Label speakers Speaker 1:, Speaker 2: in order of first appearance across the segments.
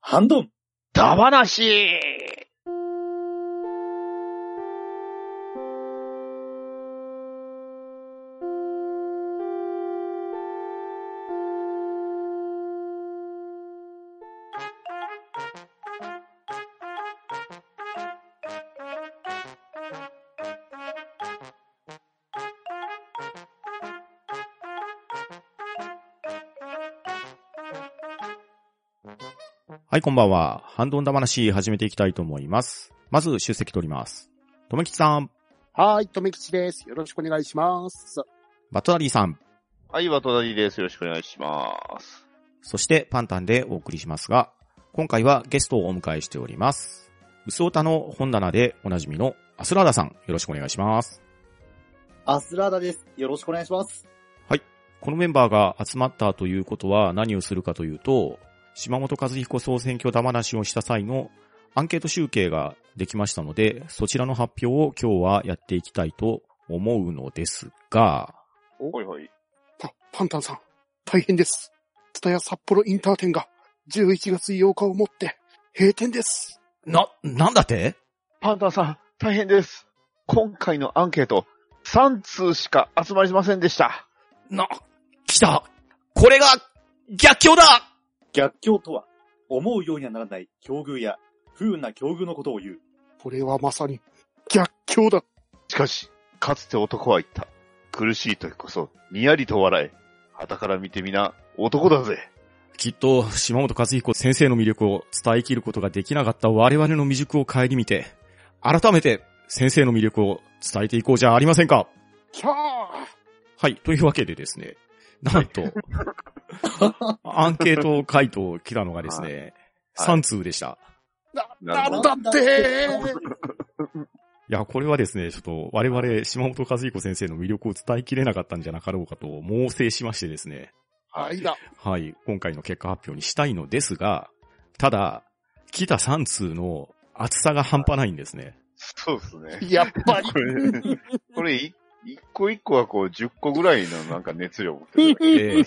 Speaker 1: ハンドン。
Speaker 2: ダバなし
Speaker 3: はい、こんばんは。ハンドンダ話始めていきたいと思います。まず、出席取ります。とめきちさん、
Speaker 4: はい、とめきちです。よろしくお願いします。
Speaker 3: バトダリーさん、
Speaker 2: はい、ワトダディです。よろしくお願いします。
Speaker 3: そしてパンタンでお送りしますが、今回はゲストをお迎えしております。うすおたの本棚でおなじみのアスラーダさん、よろしくお願いします。
Speaker 1: アスラーダです。よろしくお願いします。
Speaker 3: このメンバーが集まったということは何をするかというと、島本和彦総選挙玉しをした際のアンケート集計ができましたので、そちらの発表を今日はやっていきたいと思うのですが、
Speaker 2: ほいほい。
Speaker 4: パ、パンタンさん、大変です。つたや札幌インター店が11月8日をもって閉店です。
Speaker 3: な、なんだって
Speaker 2: パンタンさん、大変です。今回のアンケート、3通しか集まりませんでした。
Speaker 3: な、来たこれが逆境だ
Speaker 1: 逆境とは、思うようにはならない境遇や、不運な境遇のことを言う。
Speaker 4: これはまさに逆境だ。
Speaker 2: しかし、かつて男は言った。苦しい時こそ、にやりと笑え。旗から見てみな、男だぜ。
Speaker 3: きっと、島本和彦先生の魅力を伝えきることができなかった我々の未熟を顧みて、改めて先生の魅力を伝えていこうじゃありませんか
Speaker 4: キャー
Speaker 3: はい、というわけでですね、なん と、アンケート回答来たのがですね、
Speaker 2: はいはい
Speaker 3: 3通でした。
Speaker 4: な
Speaker 2: なる
Speaker 4: ん
Speaker 2: ほ
Speaker 4: だ
Speaker 1: ど
Speaker 4: って
Speaker 3: いや、これはですね、ちょっと我々、島本和彦先生の魅力を伝えきれなかったんじゃなかろうかと猛省しましてですね、
Speaker 4: はいだ。
Speaker 3: はい、今回の結果発表にしたいのですが、ただ、来た3通の厚さが半端ないんですね。
Speaker 2: そうですね。
Speaker 4: やっぱり。
Speaker 2: これ、これ、い一個一個はこう、10個ぐらいのなんか熱量を持ってる。
Speaker 3: で、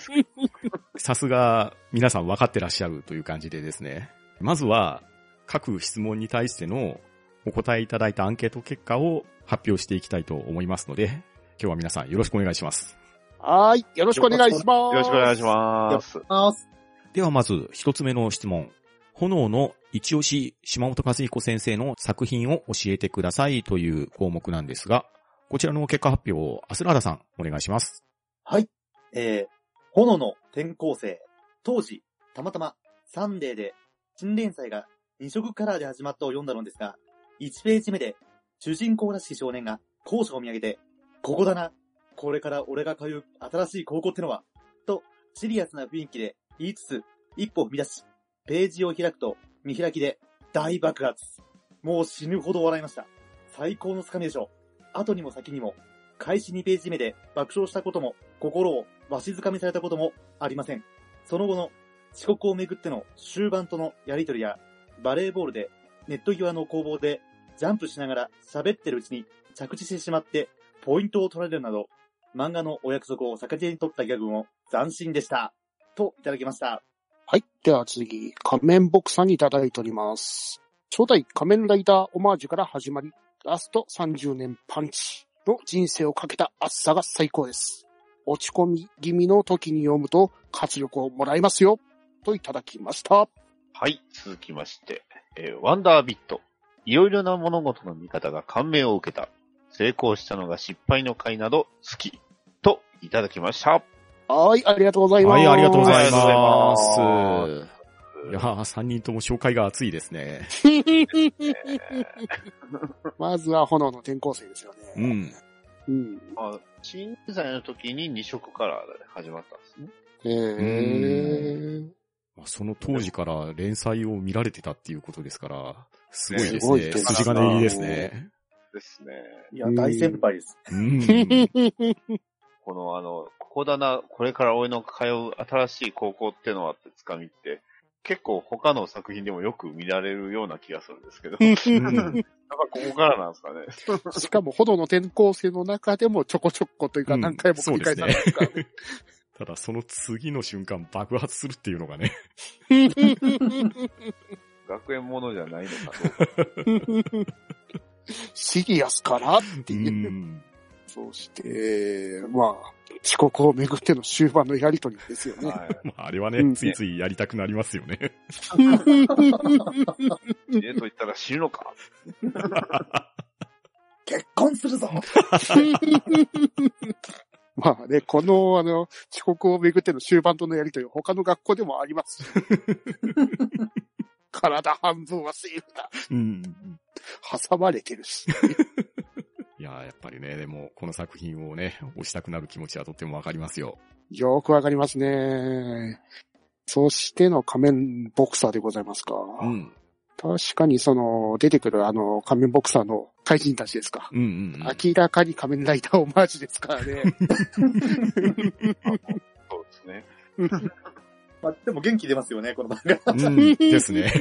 Speaker 3: さすが皆さん分かってらっしゃるという感じでですね。まずは、各質問に対してのお答えいただいたアンケート結果を発表していきたいと思いますので、今日は皆さんよろしくお願いします。
Speaker 4: はい、よろしくお願いします。
Speaker 2: よろしくお願いします。
Speaker 1: あす。
Speaker 3: ではまず一つ目の質問。炎の一押し島本和彦先生の作品を教えてくださいという項目なんですが、こちらの結果発表をアスラーダさんお願いします。
Speaker 1: はい。えー、炎の転校生。当時、たまたま、サンデーで、新連載が2色カラーで始まったを読んだのですが、1ページ目で、主人公らしき少年が校舎を見上げて、ここだな。これから俺が通う新しい高校ってのは、と、シリアスな雰囲気で言いつつ、一歩踏み出し、ページを開くと、見開きで、大爆発。もう死ぬほど笑いました。最高のつかみでしょう。後にも先にも、開始2ページ目で爆笑したことも、心をわしづかみされたこともありません。その後の遅刻をめぐっての終盤とのやりとりや、バレーボールでネット際の攻防でジャンプしながら喋ってるうちに着地してしまってポイントを取られるなど、漫画のお約束を逆手に取ったギャグも斬新でした。といただきました。
Speaker 4: はい。では次、仮面ボクさんにいただいております。初代仮面ライダーオマージュから始まり、ラスト30年パンチの人生をかけた厚さが最高です。落ち込み気味の時に読むと活力をもらえますよ。といただきました。
Speaker 2: はい、続きまして、えーワンダービット。いろいろな物事の見方が感銘を受けた。成功したのが失敗の回など好き。と、いただきました。
Speaker 4: はい、ありがとうございます。
Speaker 3: はい、ありがとうござい
Speaker 2: ありが
Speaker 3: ます
Speaker 2: とうござい。
Speaker 3: いやー、3人とも紹介が熱いですね。
Speaker 4: まずは炎の転校生ですよ
Speaker 3: う
Speaker 4: ね。
Speaker 3: ん。
Speaker 4: うん。
Speaker 2: まあ、新年祭の時に2色カラーで始まったんですね。
Speaker 4: へえ
Speaker 3: まあその当時から連載を見られてたっていうことですから、すごいです
Speaker 4: すごい
Speaker 3: ね。
Speaker 4: ですね
Speaker 3: 筋金入りですね。
Speaker 2: ですね。
Speaker 1: いや、
Speaker 4: うん
Speaker 1: 大先輩です。
Speaker 3: うん。
Speaker 2: このあの、ここだな、これから俺の通う新しい高校ってのはってつかみって、結構他の作品でもよく見られるような気がするんですけ ど、やっ
Speaker 3: うん
Speaker 2: ぱここからなんですかね。
Speaker 4: しかも炎の転校生の中でもちょこちょこというか
Speaker 3: うん
Speaker 4: 何回も繰り返されてるからね。
Speaker 3: ただその次の瞬間爆発するっていうのがね、
Speaker 2: れ物じゃないのかどうか。
Speaker 4: シリアスからって
Speaker 3: う
Speaker 4: いう。
Speaker 3: ん。
Speaker 4: そして、まあ、遅刻をめぐっての終盤のやりとりですよね。
Speaker 2: は
Speaker 3: まあ、あれは
Speaker 4: う
Speaker 3: ね、
Speaker 4: ん
Speaker 3: ついついやりたくなりますよね。
Speaker 2: い。デート行ったら死ぬのか。
Speaker 1: 結婚するぞ
Speaker 4: まあね、この、あの、遅刻をめぐっての終盤とのやりとりは他の学校でもあります。 体半分はセーフだ。
Speaker 3: うん。
Speaker 4: 挟まれてるし。
Speaker 3: いやー、やっぱりね、でも、この作品をね、押したくなる気持ちはとってもわかりますよ。
Speaker 4: よくわかりますね。そしての仮面ボクサーでございますか。
Speaker 3: うん。
Speaker 4: 確かにその、出てくるあの、仮面ボクサーの怪人たちですか。
Speaker 3: うんうん、うん。
Speaker 4: 明らかに仮面ライダーオマージュですからね。
Speaker 2: そうですね。
Speaker 1: まあ、でも元気出ますよね、この漫画。
Speaker 3: うん、ですね。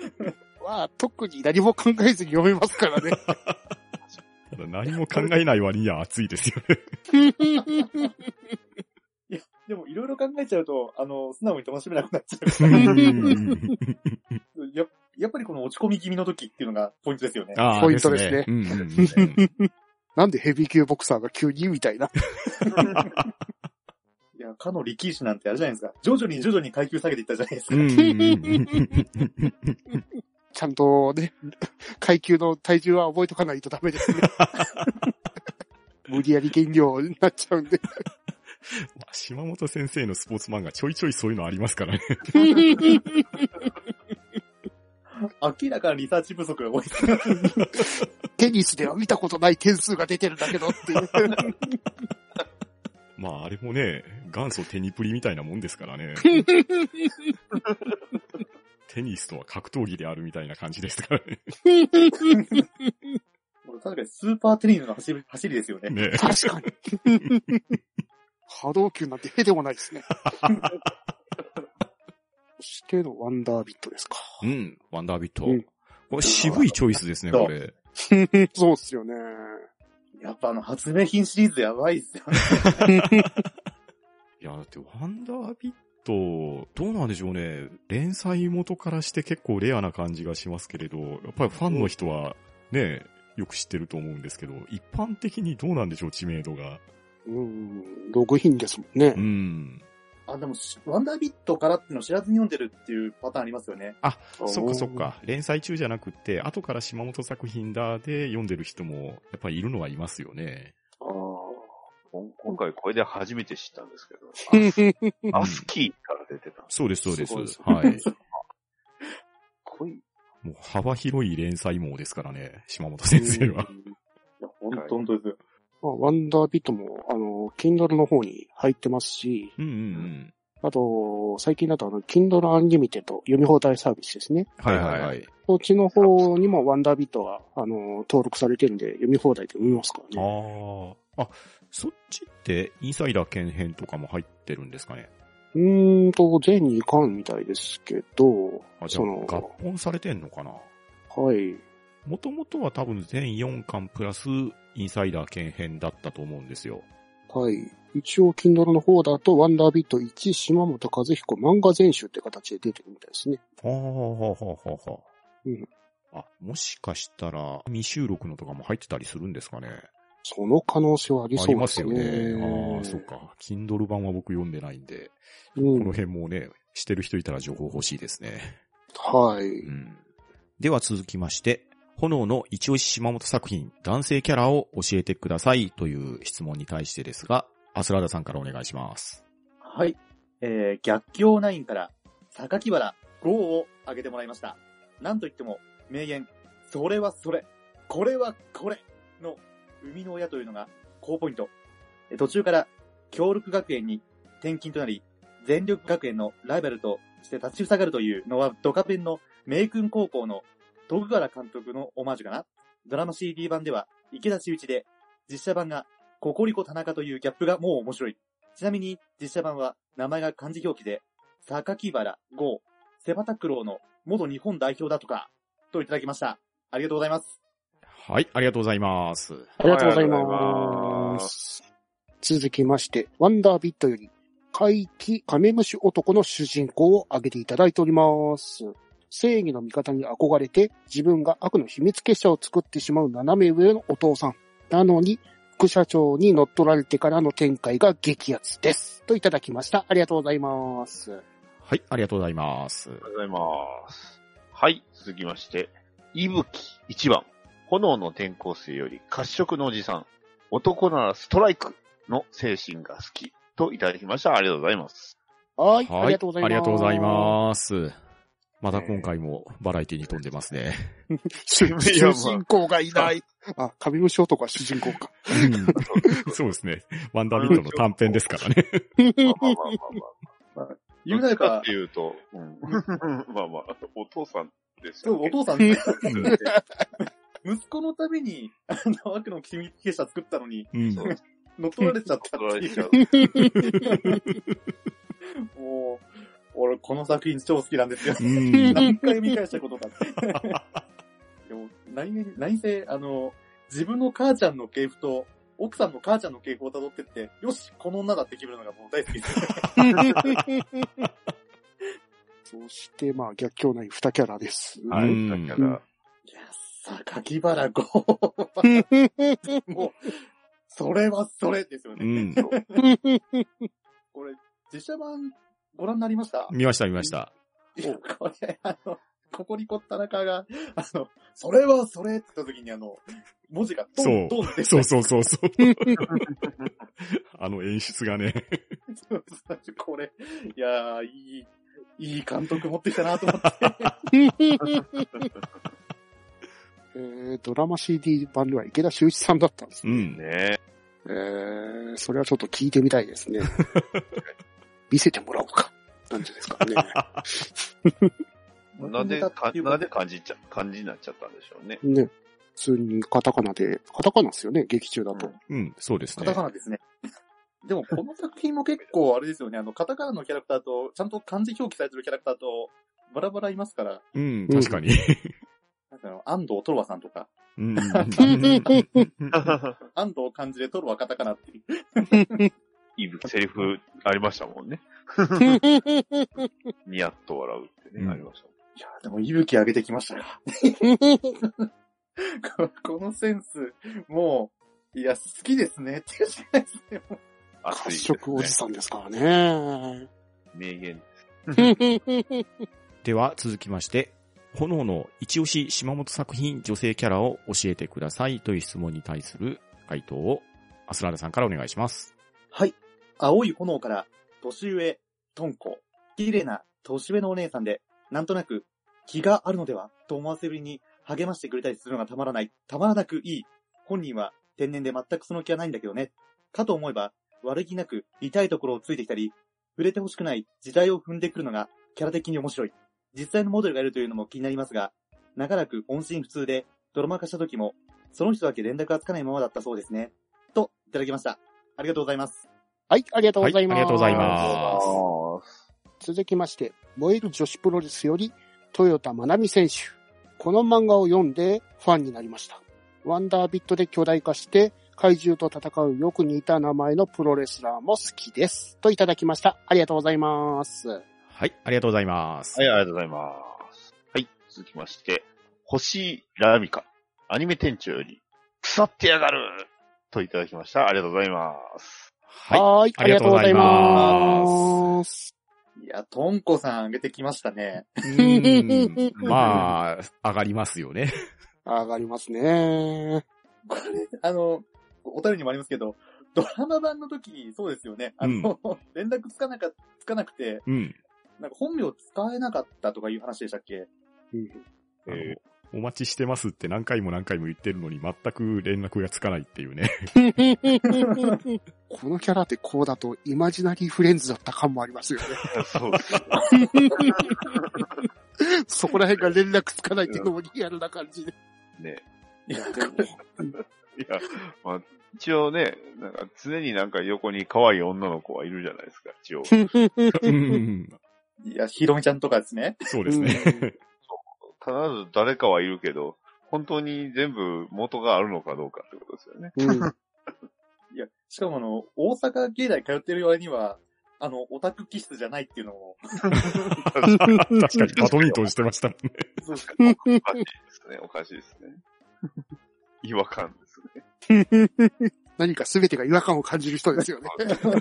Speaker 4: は、特に何も考えずに読めますから ね。
Speaker 3: ただ何も考えない割には熱いですよ ね。
Speaker 1: でもいろいろ考えちゃうと、あの、素直に楽しめなくなっちゃ
Speaker 3: うん
Speaker 1: う。ややっぱりこの落ち込み気味の時っていうのがポイントですよね。
Speaker 3: あー
Speaker 4: ポイントですね
Speaker 3: うんうんうん
Speaker 4: なんでヘビー級ボクサーが急にみたいな。
Speaker 1: いや、かの力士なんてあれじゃないですか。徐々に徐々に階級下げていったじゃないですか。
Speaker 3: うんうんうん
Speaker 4: ちゃんとね、階級の体重は覚えとかないとダメ ですね。無理やり減量になっちゃうんで。
Speaker 3: 島本先生のスポーツ漫画ちょいちょいそういうのありますからね。
Speaker 1: 明らかなリサーチ不足が多い。
Speaker 4: テニスでは見たことない点数が出てるんだけどっていう。
Speaker 3: まああれもね、元祖テニプリみたいなもんですから ね。テニスとは格闘技であるみたいな感じですから ね。
Speaker 1: これ確かにスーパーテニスの走り走りですよね。
Speaker 3: ね
Speaker 4: 確かに。波動球なんてへでもないですね。そしてのワンダービットですか。
Speaker 3: うん。ワンダービット
Speaker 4: うん。
Speaker 3: これ渋いチョイスですね、
Speaker 1: そう
Speaker 3: これ。
Speaker 4: そうっすよね。
Speaker 1: やっぱあの、発明品シリーズやばいですよね。
Speaker 3: いや、だってワンダービット、どうなんでしょうね。連載元からして結構レアな感じがしますけれど、やっぱりファンの人はね、よく知ってると思うんですけど、一般的にどうなんでしょう、知名度が。
Speaker 4: うん、ログインですもんね
Speaker 3: う。ん。
Speaker 1: あ、でもし、ワンダービットからっていうのを知らずに読んでるっていうパターンありますよね。
Speaker 3: そっかそっか。連載中じゃなくって、後から島本作品だで読んでる人も、やっぱりいるのはいますよね。
Speaker 4: あー
Speaker 2: こん今回これで初めて知ったんですけど、
Speaker 4: す
Speaker 2: あアスキーから出てた。
Speaker 3: そうです、そうですす
Speaker 2: ごいです。
Speaker 3: はい。
Speaker 2: こい
Speaker 3: もう幅広い連載網ですからね、島本先生は。
Speaker 1: いや、本当本当です。
Speaker 4: まあワンダービットも、あの、Kindle の方に入ってますし、
Speaker 3: うんうんうん。
Speaker 4: あと、最近だとあの、Kindle Unlimited 読み放題サービスですね。
Speaker 3: はいはいはい。
Speaker 4: そっちの方にもワンダービットが、あの、登録されてるんで、読み放題で読みますからね。
Speaker 3: ああ。あ、そっちって、インサイダー兼編とかも入ってるんですかね。
Speaker 4: うーんと、全2巻みたいですけど
Speaker 3: あ、、じゃ
Speaker 4: そ
Speaker 3: あ、
Speaker 4: の、
Speaker 3: 合本されてんのかな
Speaker 4: はい。
Speaker 3: もともとは多分全4巻プラス、インサイダー兼編だったと思うんですよ。
Speaker 4: はい。一応、Kindle の方だと、ワンダービット1、島本和彦漫画全集って形で出てるみたいですね。
Speaker 3: はあ、はあ、はあ、はあ。
Speaker 4: うん
Speaker 3: あ、もしかしたら、未収録のとかも入ってたりするんですかね。
Speaker 4: その可能性はあり
Speaker 3: あ
Speaker 4: そ
Speaker 3: り
Speaker 4: うで
Speaker 3: ますす
Speaker 4: ね。
Speaker 3: よね。ああ、そっか。Kindle 版は僕読んでないんで、こ
Speaker 4: う
Speaker 3: の
Speaker 4: ん。
Speaker 3: 辺もね、してる人いたら情報欲しいですね。
Speaker 4: はい。
Speaker 3: うん。では続きまして、炎の一押し島本作品、男性キャラを教えてくださいという質問に対してですが、アスラーダさんからお願いします。
Speaker 1: はい。えー、逆境ナインから、榊原5を挙げてもらいました。なんといっても、名言、それはそれ、これはこれの生みの親というのが高ポイント。えー途中から、協力学園に転勤となり、全力学園のライバルとして立ちふさがるというのは、ドカペンの名君高校の徳原監督のオマージュかな。ドラマ CD 版では、池田千内で、実写版がココリコ田中というギャップがもう面白い。ちなみに、実写版は名前が漢字表記で、榊原豪、セバタクローの元日本代表だとか、といただきました。ありがとうございます。
Speaker 3: はい、ありがとうございます。
Speaker 4: ありがとうござ
Speaker 2: あ
Speaker 4: い
Speaker 2: りがとうござい
Speaker 4: ま。
Speaker 2: ます
Speaker 4: 続きまして、ワンダービットより、怪奇カメムシ男の主人公を挙げていただいております。正義の味方に憧れて、自分が悪の秘密結社を作ってしまう斜め上のお父さん。なのに、副社長に乗っ取られてからの展開が激アツです。といただきました。ありがとうございます。
Speaker 3: はい、ありがとうございます。
Speaker 2: ありがとうございます。はい、続きまして、いぶき1番、炎の転校生より褐色のおじさん、男ならストライクの精神が好きといただきました。ありがとうござ います。
Speaker 4: はい、
Speaker 3: はい、
Speaker 4: ありがとうございます。
Speaker 3: ありがとうございます。また今回もバラエティに富んでますね。
Speaker 4: 主
Speaker 2: いやまあ
Speaker 4: 主人公がいない。あ、カビムシ男は主人公か。
Speaker 3: そうですね。ワンダービットの短編ですからね。
Speaker 2: まあまあまあ
Speaker 1: 言う
Speaker 2: まあまあ。
Speaker 1: な
Speaker 2: ど
Speaker 1: れ
Speaker 2: っちかっ
Speaker 1: ば
Speaker 2: て、いうと、 うん、まあまあ、お父さんです
Speaker 1: そう、
Speaker 2: よ、
Speaker 1: お
Speaker 2: ね。
Speaker 1: 父さん、
Speaker 3: うん
Speaker 1: 息子のために、あの、悪の秘密結社作ったのに、
Speaker 3: うん
Speaker 2: そう
Speaker 1: 乗っ取られちゃった
Speaker 2: 取ら
Speaker 1: ってい
Speaker 2: れちゃう
Speaker 1: う。。もう、俺この作品超好きなん ですよ。
Speaker 3: うん
Speaker 1: 何回見返したことかって。 でも、何げに、何せ、あの、自分の母ちゃんの系譜と、奥さんの母ちゃんの系譜を辿ってって、よし、この女だって決めるのがもう大好きです。
Speaker 4: そして、まあ、逆境内二キャラです。
Speaker 2: は
Speaker 3: うん
Speaker 2: い、だから、
Speaker 1: いや、さ、柿原豪はもう、 それはそれですよ
Speaker 3: う
Speaker 1: ね。
Speaker 3: ん。
Speaker 1: これ、実写版ご覧になりました
Speaker 3: 見ました、見ました。
Speaker 1: いや、これ、あの、ココリコ田中が、あの、それはそれって言った時にあの、文字がトントンって、
Speaker 3: そうそうそうそう。あの演出がね。
Speaker 1: これ、いやー、いい、いい監督持ってきたなと思って。
Speaker 4: えードラマ CD 版では池田修一さんだったんです
Speaker 3: う
Speaker 4: ね。
Speaker 3: ん。
Speaker 2: ね
Speaker 4: えーそれはちょっと聞いてみたいですね。見せてもらおうか。なんじゃないですかね。
Speaker 2: なんで、かなんで感じちゃ、感じになっちゃったんでしょうね。
Speaker 4: ね。普通にカタカナで、カタカナですよね、劇中だと。
Speaker 3: うん、そうです
Speaker 1: カ
Speaker 3: ね
Speaker 1: タ。カナですね。でも、この作品も結構、あれですよね、あの、カタカナのキャラクターと、ちゃんと漢字表記されてるキャラクターと、バラバラいますから、
Speaker 3: うん、確かに。
Speaker 1: なんかあの安藤トロワさんとか、
Speaker 3: うん。
Speaker 1: 安藤漢字でトロワカタカナっていう。
Speaker 2: いぶき、セリフありました もんね。ニヤッと笑うってね、
Speaker 3: うん
Speaker 2: ありましたもん。
Speaker 1: いや、でも、息吹上げてきましたか。こ このセンス、もう、いや、好きですね、っていうしかないですね。もう
Speaker 2: 熱
Speaker 4: 褐
Speaker 2: いです
Speaker 4: 色おじさんですからね。
Speaker 2: 名言。
Speaker 3: では続きまして、炎の一押し島本作品女性キャラを教えてくださいという質問に対する回答をアスラーダさんからお願いします。
Speaker 1: はい。青い炎から、年上、トンコ。綺麗な、年上のお姉さんで、なんとなく、気があるのではと思わせぶりに励ましてくれたりするのがたまらない。たまらなくいい。本人は天然で全くその気はないんだけどね。かと思えば、悪気なく痛いところをついてきたり、触れてほしくない時代を踏んでくるのがキャラ的に面白い。実際のモデルがいるというのも気になりますが、長らく音信不通でドラマ化した時も、その人だけ連絡がつかないままだったそうですね。と、いただきました。ありがとうございます。
Speaker 4: はい、ありがとう
Speaker 3: は
Speaker 4: ご
Speaker 3: い、
Speaker 4: ざ
Speaker 3: あ
Speaker 4: い
Speaker 3: り
Speaker 4: ます。
Speaker 3: がとうござい
Speaker 2: あ
Speaker 3: ます。
Speaker 4: 続きまして、燃える女子プロレスより、豊田真奈美選手。この漫画を読んでファンになりました。ワンダービットで巨大化して、怪獣と戦うよく似た名前のプロレスラーも好きです。といただきました。ありがとうございます。
Speaker 3: はい、ありがとうございます。
Speaker 2: はい、ありがとうございます。はい、続きまして、星井ラミカ、アニメ店長より、腐ってやがるといただきました。ありがとうござい ます。
Speaker 3: はい
Speaker 4: ーい。
Speaker 3: ありがとうございます
Speaker 1: いや、トンコさん上げてきましたね。
Speaker 3: うん まあ、上がりますよね。
Speaker 4: 上がりますね。
Speaker 1: これ、あの、お便りにもありますけど、ドラマ版の時、そうですよね。あの、 連絡つかなか、つかなくて、
Speaker 3: うん。
Speaker 1: なんか本名使えなかったとかいう話でしたっけ
Speaker 3: あのお待ちしてますって何回も何回も言ってるのに全く連絡がつかないっていうね。
Speaker 4: このキャラってこうだと、イマジナリーフレンズだった感もあり ますよね。
Speaker 2: そうですね。
Speaker 4: そこら辺が連絡つかないっていうのもリアルな感じ で。
Speaker 2: ね
Speaker 1: いや、
Speaker 2: いや、まあ、一応ね、なんか常になんか横に可愛い女の子はいるじゃないですか、一応。
Speaker 3: うん、
Speaker 1: いや、ヒロミちゃんとかですね。
Speaker 3: そうですね。
Speaker 2: 必ず誰かはいるけど、本当に全部元があるのかどうかってことですよね。
Speaker 4: うん。
Speaker 1: いや、しかもあの、大阪芸大通ってる割には、あの、オタク気質じゃないっていうのも、
Speaker 3: 確かにバドミントンしてましたもんね。
Speaker 1: そうですか。
Speaker 2: おかしいですね。おかしいですね。 違和感ですね。
Speaker 4: 何か全てが違和感を感じる人ですよね。
Speaker 2: まあ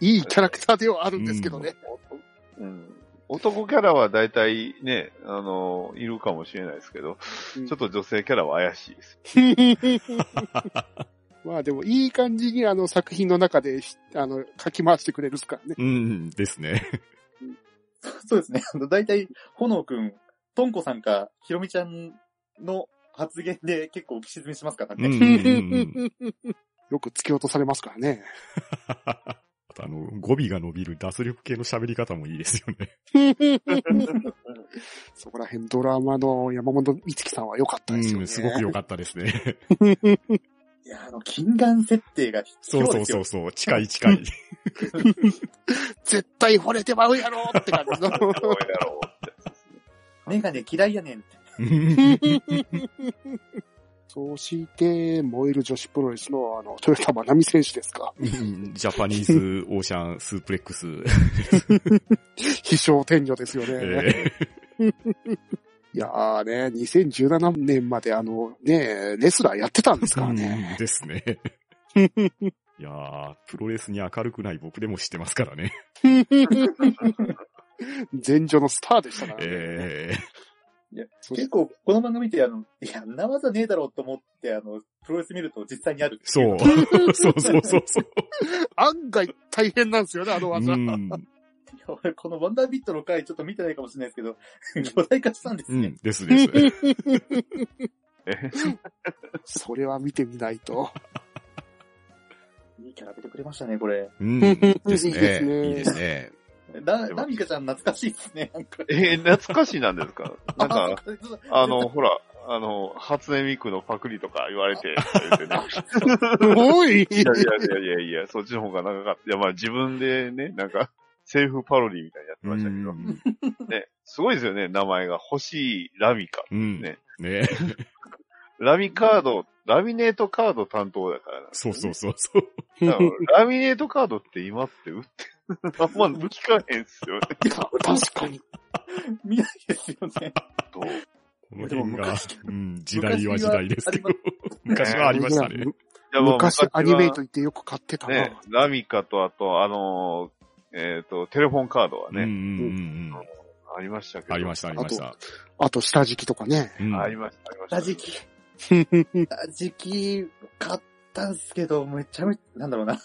Speaker 4: いいキャラクターではあるんですけどね。
Speaker 2: うん男キャラは大体ね、あの、いるかもしれないですけど、
Speaker 4: うん
Speaker 2: ちょっと女性キャラは怪しいです。
Speaker 4: まあでもいい感じにあの作品の中でしあの書き回してくれるっすからね。
Speaker 3: うん、ですね。
Speaker 1: そうですね。あの、大体、炎くん、とんこさんか、ひろみちゃんの発言で結構浮き沈みしますから
Speaker 3: うん、う
Speaker 1: ね。
Speaker 3: んうん。
Speaker 4: よく突き落とされますからね。
Speaker 3: あとあの、語尾が伸びる脱力系の喋り方もいいですよね。
Speaker 4: そこら辺ドラマの山本美月さんは良かったですよ
Speaker 3: う
Speaker 4: ね。
Speaker 3: ん、すごく良かったですね。
Speaker 1: いや、あの、金眼設定が必
Speaker 3: そう
Speaker 1: 要
Speaker 3: そ
Speaker 1: で
Speaker 3: う
Speaker 1: す
Speaker 3: そ
Speaker 1: よ
Speaker 3: う。そう、近い近い。
Speaker 4: 絶対惚れてまうやろって感じ
Speaker 2: ど
Speaker 4: の。
Speaker 2: うやろうってやつですね。
Speaker 1: メガネ嫌いやねんって。
Speaker 4: そして、燃える女子プロレスのあの、豊田真奈美選手ですか。
Speaker 3: うんジャパニーズオーシャンスープレックス。
Speaker 4: 飛翔天女ですよね。
Speaker 3: え
Speaker 4: いやーね、2017年まであの、ね、レスラーやってたんですから
Speaker 3: ー、
Speaker 4: ね。
Speaker 3: ですね。いやー、プロレスに明るくない僕でも知ってますからね。
Speaker 4: 前女のスターでしたからね。
Speaker 3: え
Speaker 4: そし
Speaker 1: 結構、この番組って、あの、いや、んな技ねえだろうと思って、あの、プロレス見ると実際にある
Speaker 3: ー、そう。そうそうそうそう。
Speaker 4: 案外大変なんですよね、あの技。
Speaker 3: うん、
Speaker 1: いや俺このワンダービットの回ちょっと見てないかもしれないですけど、 巨大化したんです
Speaker 3: う
Speaker 1: ね
Speaker 3: ん。、ですです。
Speaker 2: え
Speaker 4: それは見てみないと。
Speaker 1: いいキャラ出てくれましたね、これ。
Speaker 3: うん、
Speaker 4: いい
Speaker 3: で
Speaker 4: ですす
Speaker 3: ね。
Speaker 4: ね
Speaker 3: いいですね。
Speaker 1: な、ナミカちゃん懐かしいですね、なんか。
Speaker 2: え懐かしいなんですかなん
Speaker 1: あ
Speaker 2: か、、
Speaker 1: そっちょっと
Speaker 2: あの、ほら、あの、初音ミクのパクリとか言われて、言ってね
Speaker 4: おい
Speaker 2: いやいやいやいやいや、そっちの方が長かった。いや、まあ自分でね、なんか、セーフパロディみたいにやって
Speaker 3: う
Speaker 2: ましたけど、
Speaker 3: ん、
Speaker 2: ね、すごいですよね、名前が。星井ラミカ。
Speaker 3: うん
Speaker 2: ね
Speaker 3: ね。
Speaker 2: ラミカード、ラミネートカード担当だ からなんです
Speaker 3: そ
Speaker 2: よ
Speaker 3: う
Speaker 2: ね
Speaker 3: そうそうそう。
Speaker 2: だからラミネートカードって今って売って、あんま抜きかへんっす よね。
Speaker 4: 確かに。
Speaker 1: 見ないですよね。
Speaker 2: どうい
Speaker 3: こ
Speaker 1: いや
Speaker 3: の
Speaker 1: でも
Speaker 3: 辺が
Speaker 1: 昔、
Speaker 3: うん、時代は時代ですけど。 昔
Speaker 2: 昔
Speaker 3: は
Speaker 2: は
Speaker 3: ありましたね。
Speaker 2: やまあ
Speaker 4: 昔アニメイト
Speaker 2: 昔
Speaker 4: 言ってよく買ってた
Speaker 2: は
Speaker 4: な。
Speaker 2: ね、ラミカとあと、あのーえっ、と、テレフォンカードは
Speaker 3: うんうん
Speaker 2: ね、
Speaker 3: うんうん。
Speaker 2: ありましたけど。
Speaker 3: ありました、ありました。
Speaker 4: あと下敷きとかね。
Speaker 3: うん
Speaker 2: ありました、ありました。
Speaker 1: ラジキ、ラジキ、買ったんすけど、めちゃめちゃ、なんだろう な。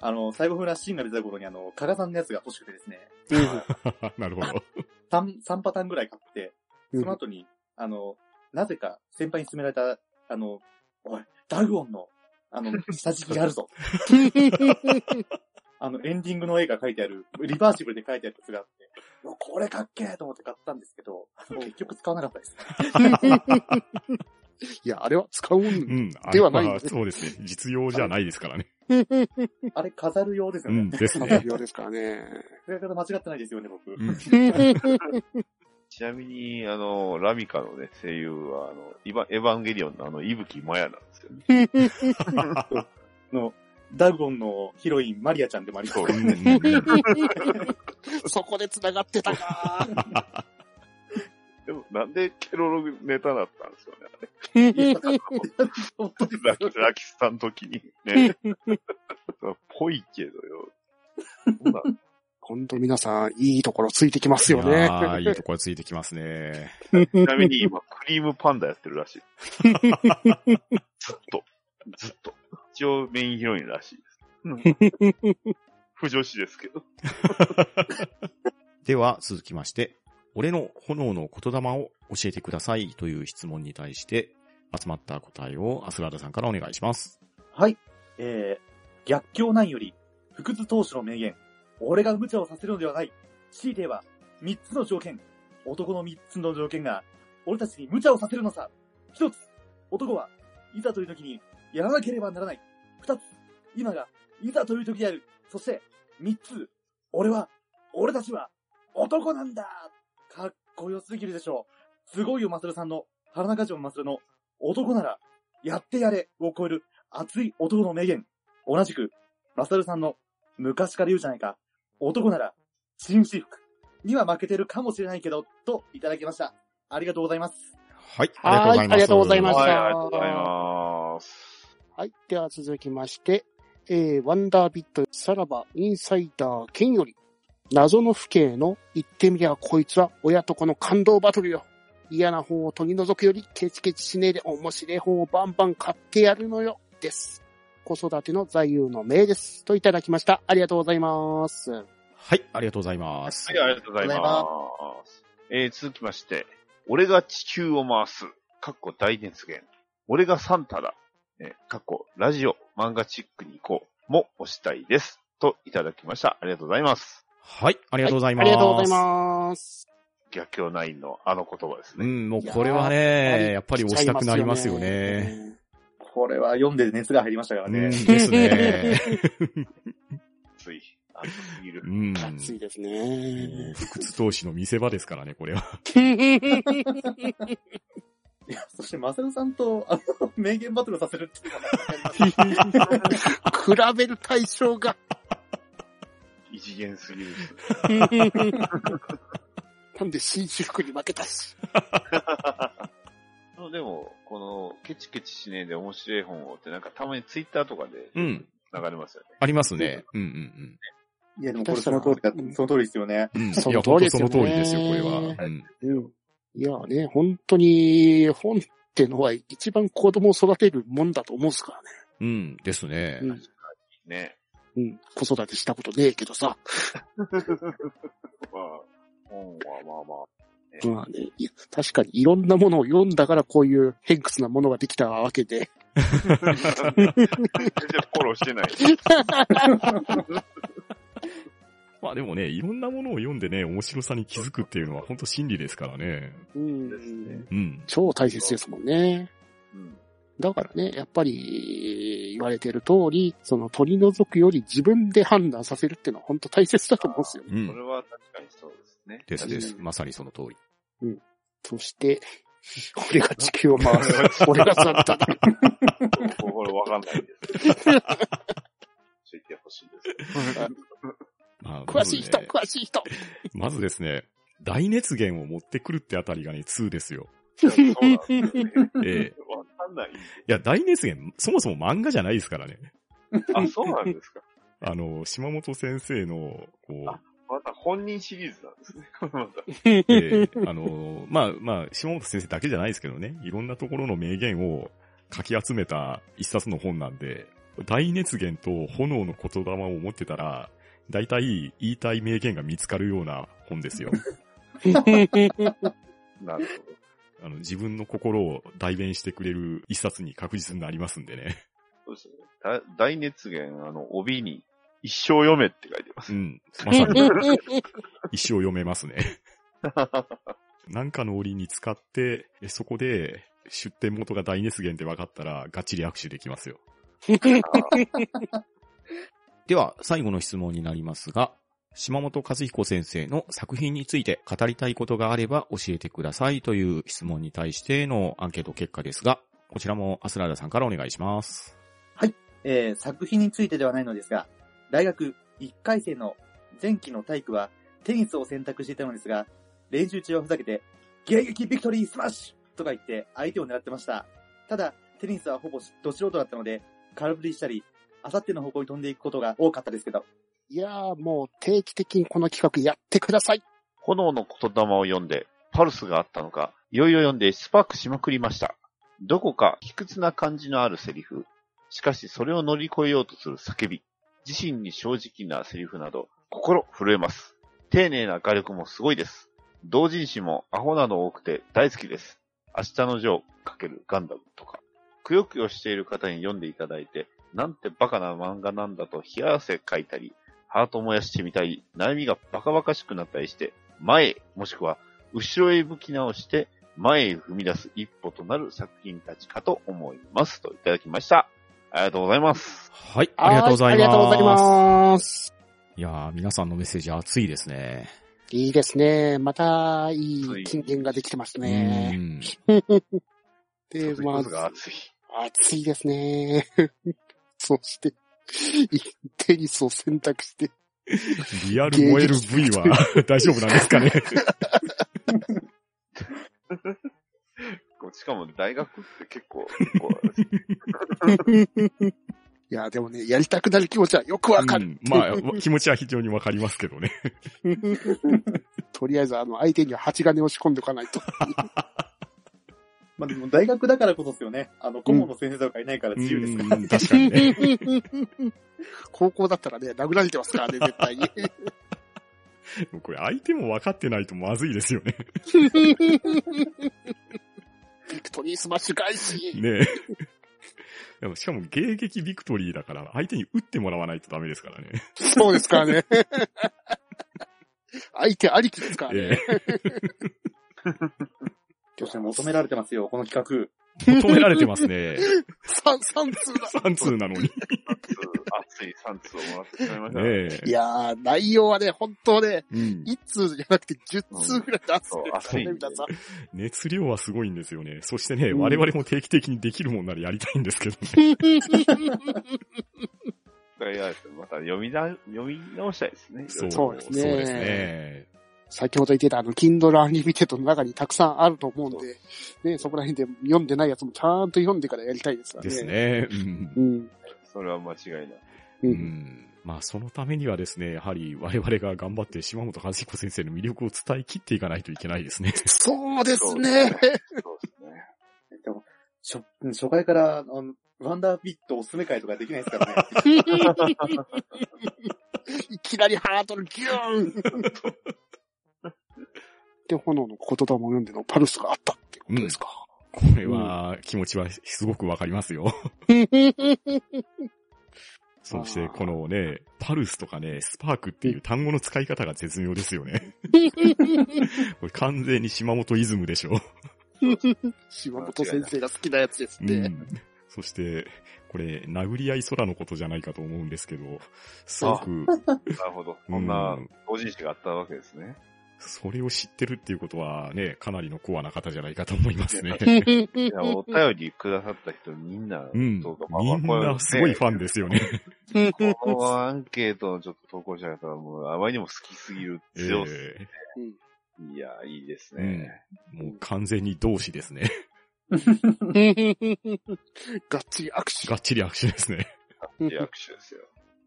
Speaker 1: あの、サイボフラシーンが出た頃に、あの、加賀さんのやつが欲しくてですね、
Speaker 3: なるほど。
Speaker 1: 3、三パターンぐらい買って、
Speaker 4: うん
Speaker 1: その後に、あの、なぜか先輩に勧められた、あの、おい、ダグオンの、あの、下敷きがある ぞ。あの、エンディングの絵が書いてある、リバーシブルで書いてあるやつがあって、うわこれかっけえと思って買ったんですけど、結局使わなかったです。
Speaker 4: いや、あれは使うも。
Speaker 3: うんん。
Speaker 4: ではない
Speaker 3: あそうですね。実用じゃないですからね。
Speaker 1: あれ飾る用です
Speaker 3: う
Speaker 1: よね。
Speaker 3: ん、です
Speaker 4: 飾
Speaker 3: ね
Speaker 4: る。用ですからね。
Speaker 1: 使い方間違ってないですよね、僕。
Speaker 3: うん
Speaker 2: ちなみに、あの、ラミカのね、声優は、あの、イヴァエヴァンゲリオンのあの、伊吹マヤなんですよね。
Speaker 1: の、ダグオンのヒロイン、マリアちゃんでもあります
Speaker 2: そ
Speaker 1: か
Speaker 2: う
Speaker 1: ら
Speaker 3: うんうんうん
Speaker 4: そこで繋がっ てたか。
Speaker 2: でも、なんでケロロネタだったんですよね。
Speaker 1: 本当です
Speaker 2: ラキ、ラキスタの時にね。ぽいけどよ。そんな
Speaker 4: 今度皆さん、いいところついてきますよ
Speaker 3: い
Speaker 4: ね。
Speaker 3: やーいいところついてきますね。
Speaker 2: ちなみに今、クリームパンダやってるらしい。ずっと。ずっと。一応メインヒロインらしいです。 不女子ですけど。
Speaker 3: では、続きまして、俺の炎の言霊を教えてくださいという質問に対して、集まった答えをアスラーダさんからお願いします。
Speaker 1: はい。えー、逆境ないより、不屈投手の名言、俺が無茶をさせるのではない。強いて言えば、三つの条件。男の三つの条件が、俺たちに無茶をさせるのさ。一つ、男はいざという時にやらなければならない。二つ、今がいざという時である。そして、三つ、俺は、俺たちは男なんだかっこよすぎるでしょう。すごいよ、マサルさんの、原中城マサルの、男なら、やってやれを超える熱い男の名言。同じく、マサルさんの昔から言うじゃないか、男なら、紳士服には負けてるかもしれないけど、といただきました。ありがとうございます。
Speaker 3: はい。ありがとうございます。
Speaker 4: は
Speaker 2: はいい、
Speaker 4: あ
Speaker 2: あり
Speaker 4: りが
Speaker 2: がとう
Speaker 4: とうご
Speaker 2: ご
Speaker 4: ざ
Speaker 2: ざ
Speaker 4: い
Speaker 2: います。
Speaker 4: はい。では続きまして、えー、ワンダービットさらばインサイダー剣より、謎の父兄の言ってみりゃこいつは親と子の感動バトルよ。嫌な方を取り除くよりケチケチしねえで面白い方をバンバン買ってやるのよ。です。子育ての座右の銘です。といただきました。ありがとうございます。
Speaker 3: はい、ありがとうございます。
Speaker 2: はい、ありがとうございます。えー、続きまして、俺が地球を回す、かっこ大熱源。俺がサンタだ、えー、かっこラジオ、漫画チックに行こう、も押したいです。といただきました。ありがとうございます。
Speaker 3: はい、ありがとうござい
Speaker 4: あ
Speaker 3: ます。
Speaker 4: りがとうございます。
Speaker 2: 逆境ナインのあの言葉です
Speaker 3: う
Speaker 2: ね。
Speaker 3: ん、もうこれはね、やっぱり押したくなりますよね。。
Speaker 1: これは読んで熱が入りましたから
Speaker 3: うん、で
Speaker 1: ね。
Speaker 3: すね。
Speaker 2: 熱い。熱すぎる
Speaker 3: う。ん。
Speaker 4: 暑いです
Speaker 3: もう
Speaker 4: ね。
Speaker 3: 不屈投資の見せ場ですからね、これは。
Speaker 1: いや、そしてマサルさんと、あの、名言バトルさせるっていうのが
Speaker 4: 比べる対象が。
Speaker 2: 異次元すぎる。
Speaker 4: なんで新種服に負けたし。
Speaker 2: でも、この、ケチケチしねえで面白い本をって、なんかたまにツイッターとかで
Speaker 3: う
Speaker 2: 流
Speaker 3: ん。
Speaker 2: れますよね。
Speaker 3: ありますね。うんうん
Speaker 1: いや、でもこれその通りだ、その通りですよね。
Speaker 3: うん。うん、い
Speaker 4: そ
Speaker 3: や、
Speaker 4: の通
Speaker 3: 本
Speaker 4: り
Speaker 3: 当
Speaker 4: で
Speaker 3: そ
Speaker 4: すよね
Speaker 3: の通りですよ、これは。うん。
Speaker 4: いやね、本当に、本ってのは一番子供を育てるもんだと思うんですからね。
Speaker 3: うん、ですね。
Speaker 4: うん
Speaker 2: ね。
Speaker 4: うん。子育てしたことねえけどさ。
Speaker 2: まあ、本はまあまあ。
Speaker 4: まあね、いや確かにいろんなものを読んだからこういう偏屈なものができたわけで。
Speaker 2: 全然フォローしてない。
Speaker 3: まあでもね、いろんなものを読んでね、面白さに気づくっていうのは本当真理ですからね。
Speaker 4: うん
Speaker 2: ですね
Speaker 3: うん。
Speaker 4: 超大切ですもんね。
Speaker 2: うん。
Speaker 4: だからね、やっぱり言われてる通り、その取り除くより自分で判断させるっていうのは本当大切だと思うんですよ。
Speaker 3: う
Speaker 2: それ
Speaker 3: ん。
Speaker 2: は確かにそうですね。
Speaker 3: ですです。
Speaker 4: う
Speaker 3: まさにその通り。
Speaker 4: そして、俺が地球を回 す。俺がサンタだ。
Speaker 2: これわかんない です。言ってほしいです。
Speaker 3: まあ、
Speaker 4: 詳しい
Speaker 3: まず
Speaker 4: 人、
Speaker 3: ね
Speaker 4: 詳しい人。
Speaker 3: まずですね、大熱源を持ってくるってあたりがね、2ですよ。
Speaker 2: そうなんですよね。
Speaker 3: ええ。
Speaker 2: わかんない。
Speaker 3: いや、大熱源、そもそも漫画じゃないですからね。
Speaker 2: あ、そうなんですか。
Speaker 3: あの、島本先生の、こう
Speaker 2: あ、また本人シリーズなんですね。 また。
Speaker 3: えー あのーまあまあ、島本先生だけじゃないですけどね、いろんなところの名言を書き集めた一冊の本なんで、大熱源と炎の言霊を持ってたら、大体言いたい名言が見つかるような本ですよ。
Speaker 2: なるほど。
Speaker 3: あの、自分の心を代弁してくれる一冊に確実になりますんでね。
Speaker 2: そうですね。だ大熱源、あの、帯に、一生読めって書いて ます
Speaker 3: う。ん。まさに一生読めますね。なんかの折に使って、えそこで出典元が大熱源って分かったら、がっちり握手できますよ。では、最後の質問になりますが、島本和彦先生の作品について語りたいことがあれば教えてくださいという質問に対してのアンケート結果ですが、こちらもアスラーダさんからお願いします。
Speaker 1: えー作品についてではないのですが、大学1回生の前期の体育はテニスを選択していたのですが、練習中はふざけて、迎撃ビクトリースマッシュとか言って相手を狙ってました。ただ、テニスはほぼど素人だったので、空振りしたり、あさっての方向に飛んでいくことが多かったですけど、
Speaker 4: いやーもう定期的にこの企画やってください。
Speaker 2: 炎の言霊を読んで、パルスがあったのか、いよいよ読んでスパークしまくりました。どこか卑屈な感じのあるセリフ。しかしそれを乗り越えようとする叫び。自身に正直なセリフなど、心震えます。丁寧な画力もすごいです。同人誌もアホなの多くて大好きです。明日のジョー×ガンダムとか。くよくよしている方に読んでいただいて、なんてバカな漫画なんだと冷や汗かいたり、ハート燃やしてみたり、悩みがバカバカしくなったりして、前へ、もしくは後ろへ向き直して、前へ踏み出す一歩となる作品たちかと思います。といただきました。ありがとうございます。
Speaker 3: はい、ありがとうございます。
Speaker 4: はありがとうございます。
Speaker 3: いやー、皆さんのメッセージ熱いですね。
Speaker 4: いいですね。また、いい金言ができてますね。
Speaker 3: うん。
Speaker 4: で、
Speaker 2: そういう
Speaker 4: ま
Speaker 2: ことが
Speaker 4: あ、
Speaker 2: 熱い。
Speaker 4: 暑いですね。そして、テニスを選択して、
Speaker 3: リアル燃える V は大丈夫なんですか ね
Speaker 2: しかも大学って結構、こう
Speaker 4: いや、でもね、やりたくなる気持ちはよくわかる。
Speaker 3: うんまあ、気持ちは非常にわかりますけどね。
Speaker 4: とりあえず、あの、相手には針金を仕込んでおかないと。
Speaker 1: まあでも大学だからこそですよね。あの、顧問の先生とかいないから自由ですから。
Speaker 3: うん確かにね。
Speaker 4: 高校だったらね、殴られてますからね、絶対に。
Speaker 3: これ相手も分かってないとまずいですよね。
Speaker 4: ビクトリースマッシュ返し。
Speaker 3: ねえ。でもしかも迎撃ビクトリーだから相手に撃ってもらわないとダメですからね。
Speaker 4: そうですからね。相手ありきですから
Speaker 3: え
Speaker 4: ね。
Speaker 1: 女性求められてますよ、この企
Speaker 3: え 求められてますね。
Speaker 4: 三、三通だ。
Speaker 3: 3通なの に。
Speaker 2: 熱い3通をもらってしまいました。
Speaker 3: ねえ
Speaker 4: いやー、内容はね、本当ね、
Speaker 3: うん
Speaker 4: 一通じゃなくて十通ぐらい出すん
Speaker 2: そう
Speaker 4: です
Speaker 2: 熱
Speaker 4: から
Speaker 2: い
Speaker 4: ね、皆さん。
Speaker 3: 熱量はすごいんですよね。そしてね、
Speaker 1: うん
Speaker 3: 我々も定期的にできるもんならやりたいんですけどね。
Speaker 2: とりあえずまた読みな読み直したいですね。
Speaker 4: そうですね
Speaker 3: そうですね。
Speaker 4: 先ほど言ってたあの、Kindle Unlimited の中にたくさんあると思うんで、ね、そこら辺で読んでないやつもちゃんと読んでからやりたいですからね。
Speaker 3: です。ね。うん
Speaker 4: うん。
Speaker 2: それは間違いない。
Speaker 4: う。
Speaker 3: うんんまあそのためにはですね、やはり我々が頑張って島本和彦先生の魅力を伝え切っていかないといけないですね。
Speaker 4: そうです
Speaker 2: そう
Speaker 4: ね。
Speaker 2: ですね。
Speaker 1: 画。でも、初初回から、あの、ワンダービットおすすめ会とかできないですからね。
Speaker 4: いきなりハードルギューン で、炎の言霊を読んでのパルスがあったってことですか。
Speaker 3: これは気持ちはすごくわかりますよ。そしてこのね、パルスとかね、スパークっていう単語の使い方が絶妙ですよ ね。これ完全に島本イズムでしょ。
Speaker 4: 島本先生が好きなやつですね。
Speaker 3: そして、これ、殴り合い空のことじゃないかと思うんですけど、すごく、
Speaker 2: なるほど。そんな
Speaker 3: うん、
Speaker 2: 同人誌があったわけですね。
Speaker 3: それを知ってるっていうことはね、かなりのコアな方じゃないかと思います ね。
Speaker 2: いや、お便りくださった人みんな、
Speaker 3: うん。
Speaker 2: そうか
Speaker 3: みんなすごいファンですよね。
Speaker 2: このアンケートのちょっと投稿者の方はもう、あまりにも好きすぎる強さ、
Speaker 3: え
Speaker 2: いや、いいですね。
Speaker 3: えもう完全に同志ですね。
Speaker 4: がっつり握手。
Speaker 3: がっちり握手ですね。
Speaker 4: うん
Speaker 2: リアクションですよ。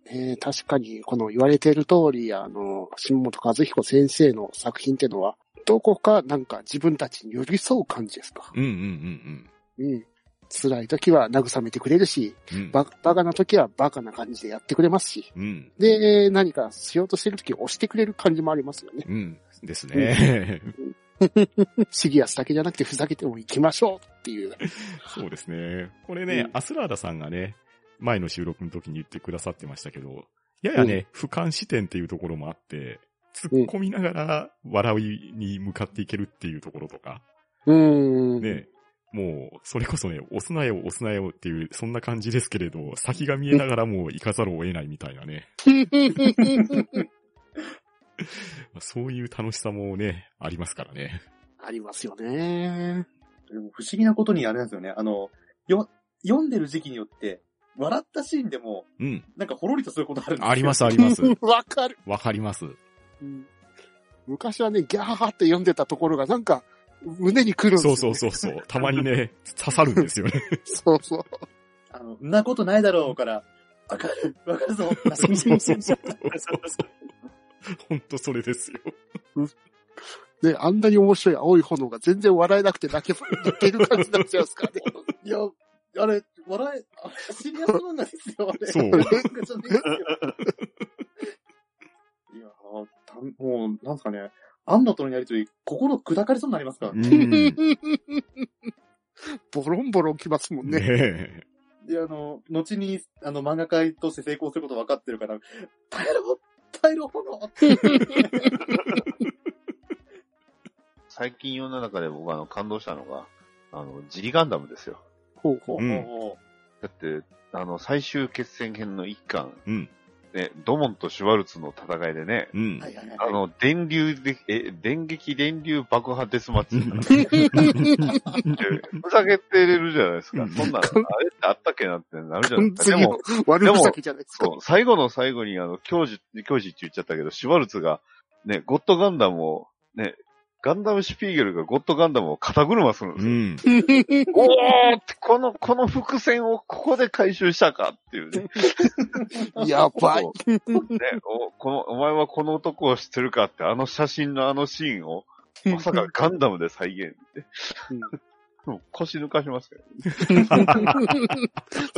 Speaker 4: えー確かに、この言われている通り、あの、島本和彦先生の作品っていうのは、どこかなんか自分たちに寄り添う感じですか。
Speaker 3: うんうんうん
Speaker 4: うん。辛い時は慰めてくれるし、
Speaker 3: うん。うん
Speaker 4: ババカな時はバカな感じでやってくれますし、
Speaker 3: うん。
Speaker 4: で、何かしようとしてる時押してくれる感じもありますよね。
Speaker 3: うん。ですね。
Speaker 4: シリアスだけじゃなくてふざけても行きましょうっていう。
Speaker 3: そうですね。これね、
Speaker 4: うん
Speaker 3: アスラーダさんがね、前の収録の時に言ってくださってましたけど、ややね、俯瞰視点っていうところもあって、突っ込みながら笑いに向かっていけるっていうところとか、
Speaker 4: うーん。
Speaker 3: ね、もう、それこそね、押すなよ、押すなよっていう、そんな感じですけれど、先が見えながらもう行かざるを得ないみたいなね、まあそういう楽しさもね、ありますからね。
Speaker 4: ありますよね。
Speaker 1: でも不思議なことにあれなんですよね。あの、よ、読んでる時期によって、笑ったシーンでも、
Speaker 3: うん。
Speaker 1: なんかほろりとすることあるんですよ。
Speaker 3: あります、あります。
Speaker 4: わかる。
Speaker 3: わかります。
Speaker 4: 昔はね、ギャーって読んでたところがなんか、胸に来るん
Speaker 3: そ
Speaker 4: で
Speaker 3: う
Speaker 4: す
Speaker 3: そう
Speaker 4: よ、ね。
Speaker 3: そうそう。たまにね、刺さるんですよね。
Speaker 4: そうそう。
Speaker 1: あの、んなことないだろうから、わかる、わかるぞ。
Speaker 3: そうそうそうそうそうそう。 ほんとそれですよ。
Speaker 4: ね、あんなに面白い青い炎が全然笑えなくて泣け泣ける感じになっちゃうんですからね。
Speaker 1: いや、あれ、笑え、あれ、シリアスなんですよ、あれ。
Speaker 3: そう
Speaker 1: なんかじゃねえんですよいやーたもう、なんですかね、アンナとのやりとり、心砕かれそうになりますからね。
Speaker 3: ね
Speaker 4: ボロンボロンきますもんね。
Speaker 3: え。
Speaker 1: で、あの、後に、あの、漫画家として成功すること分かってるから、耐えろ耐えろ炎
Speaker 2: 最近世の中で僕あの感動したのが、あの、ジリガンダムですよ。
Speaker 4: ほうほう。
Speaker 3: うん
Speaker 1: も
Speaker 2: だって、あの、最終決戦編の一巻
Speaker 3: うん。
Speaker 2: でね、ドモンとシュワルツの戦いでね、
Speaker 3: うん。
Speaker 4: はいはいはい。
Speaker 2: あの、電流で、え、電撃電流爆破デスマッ チなんて、ふざけてれるじゃないです
Speaker 3: う
Speaker 2: か
Speaker 3: ん。
Speaker 2: そんな、あれってあったっけなってなるじゃないですか。
Speaker 4: 次
Speaker 2: で
Speaker 4: の
Speaker 2: も、
Speaker 4: 悪ふざけじゃないですか。
Speaker 2: そう、最後の最後に、あの、教授、教授って言っちゃったけど、シュワルツが、ね、ゴッドガンダムを、ね、ガンダムシュピーゲルがゴッドガンダムを肩車するんで
Speaker 3: う
Speaker 2: すよ。
Speaker 3: ん。
Speaker 2: おーって、この、この伏線をここで回収したかっていうね。
Speaker 4: やばい。
Speaker 2: ね、お、この、お前はこの男を知ってるかって、あの写真のあのシーンを、まさかガンダムで再現って。 もう腰抜かしますけど。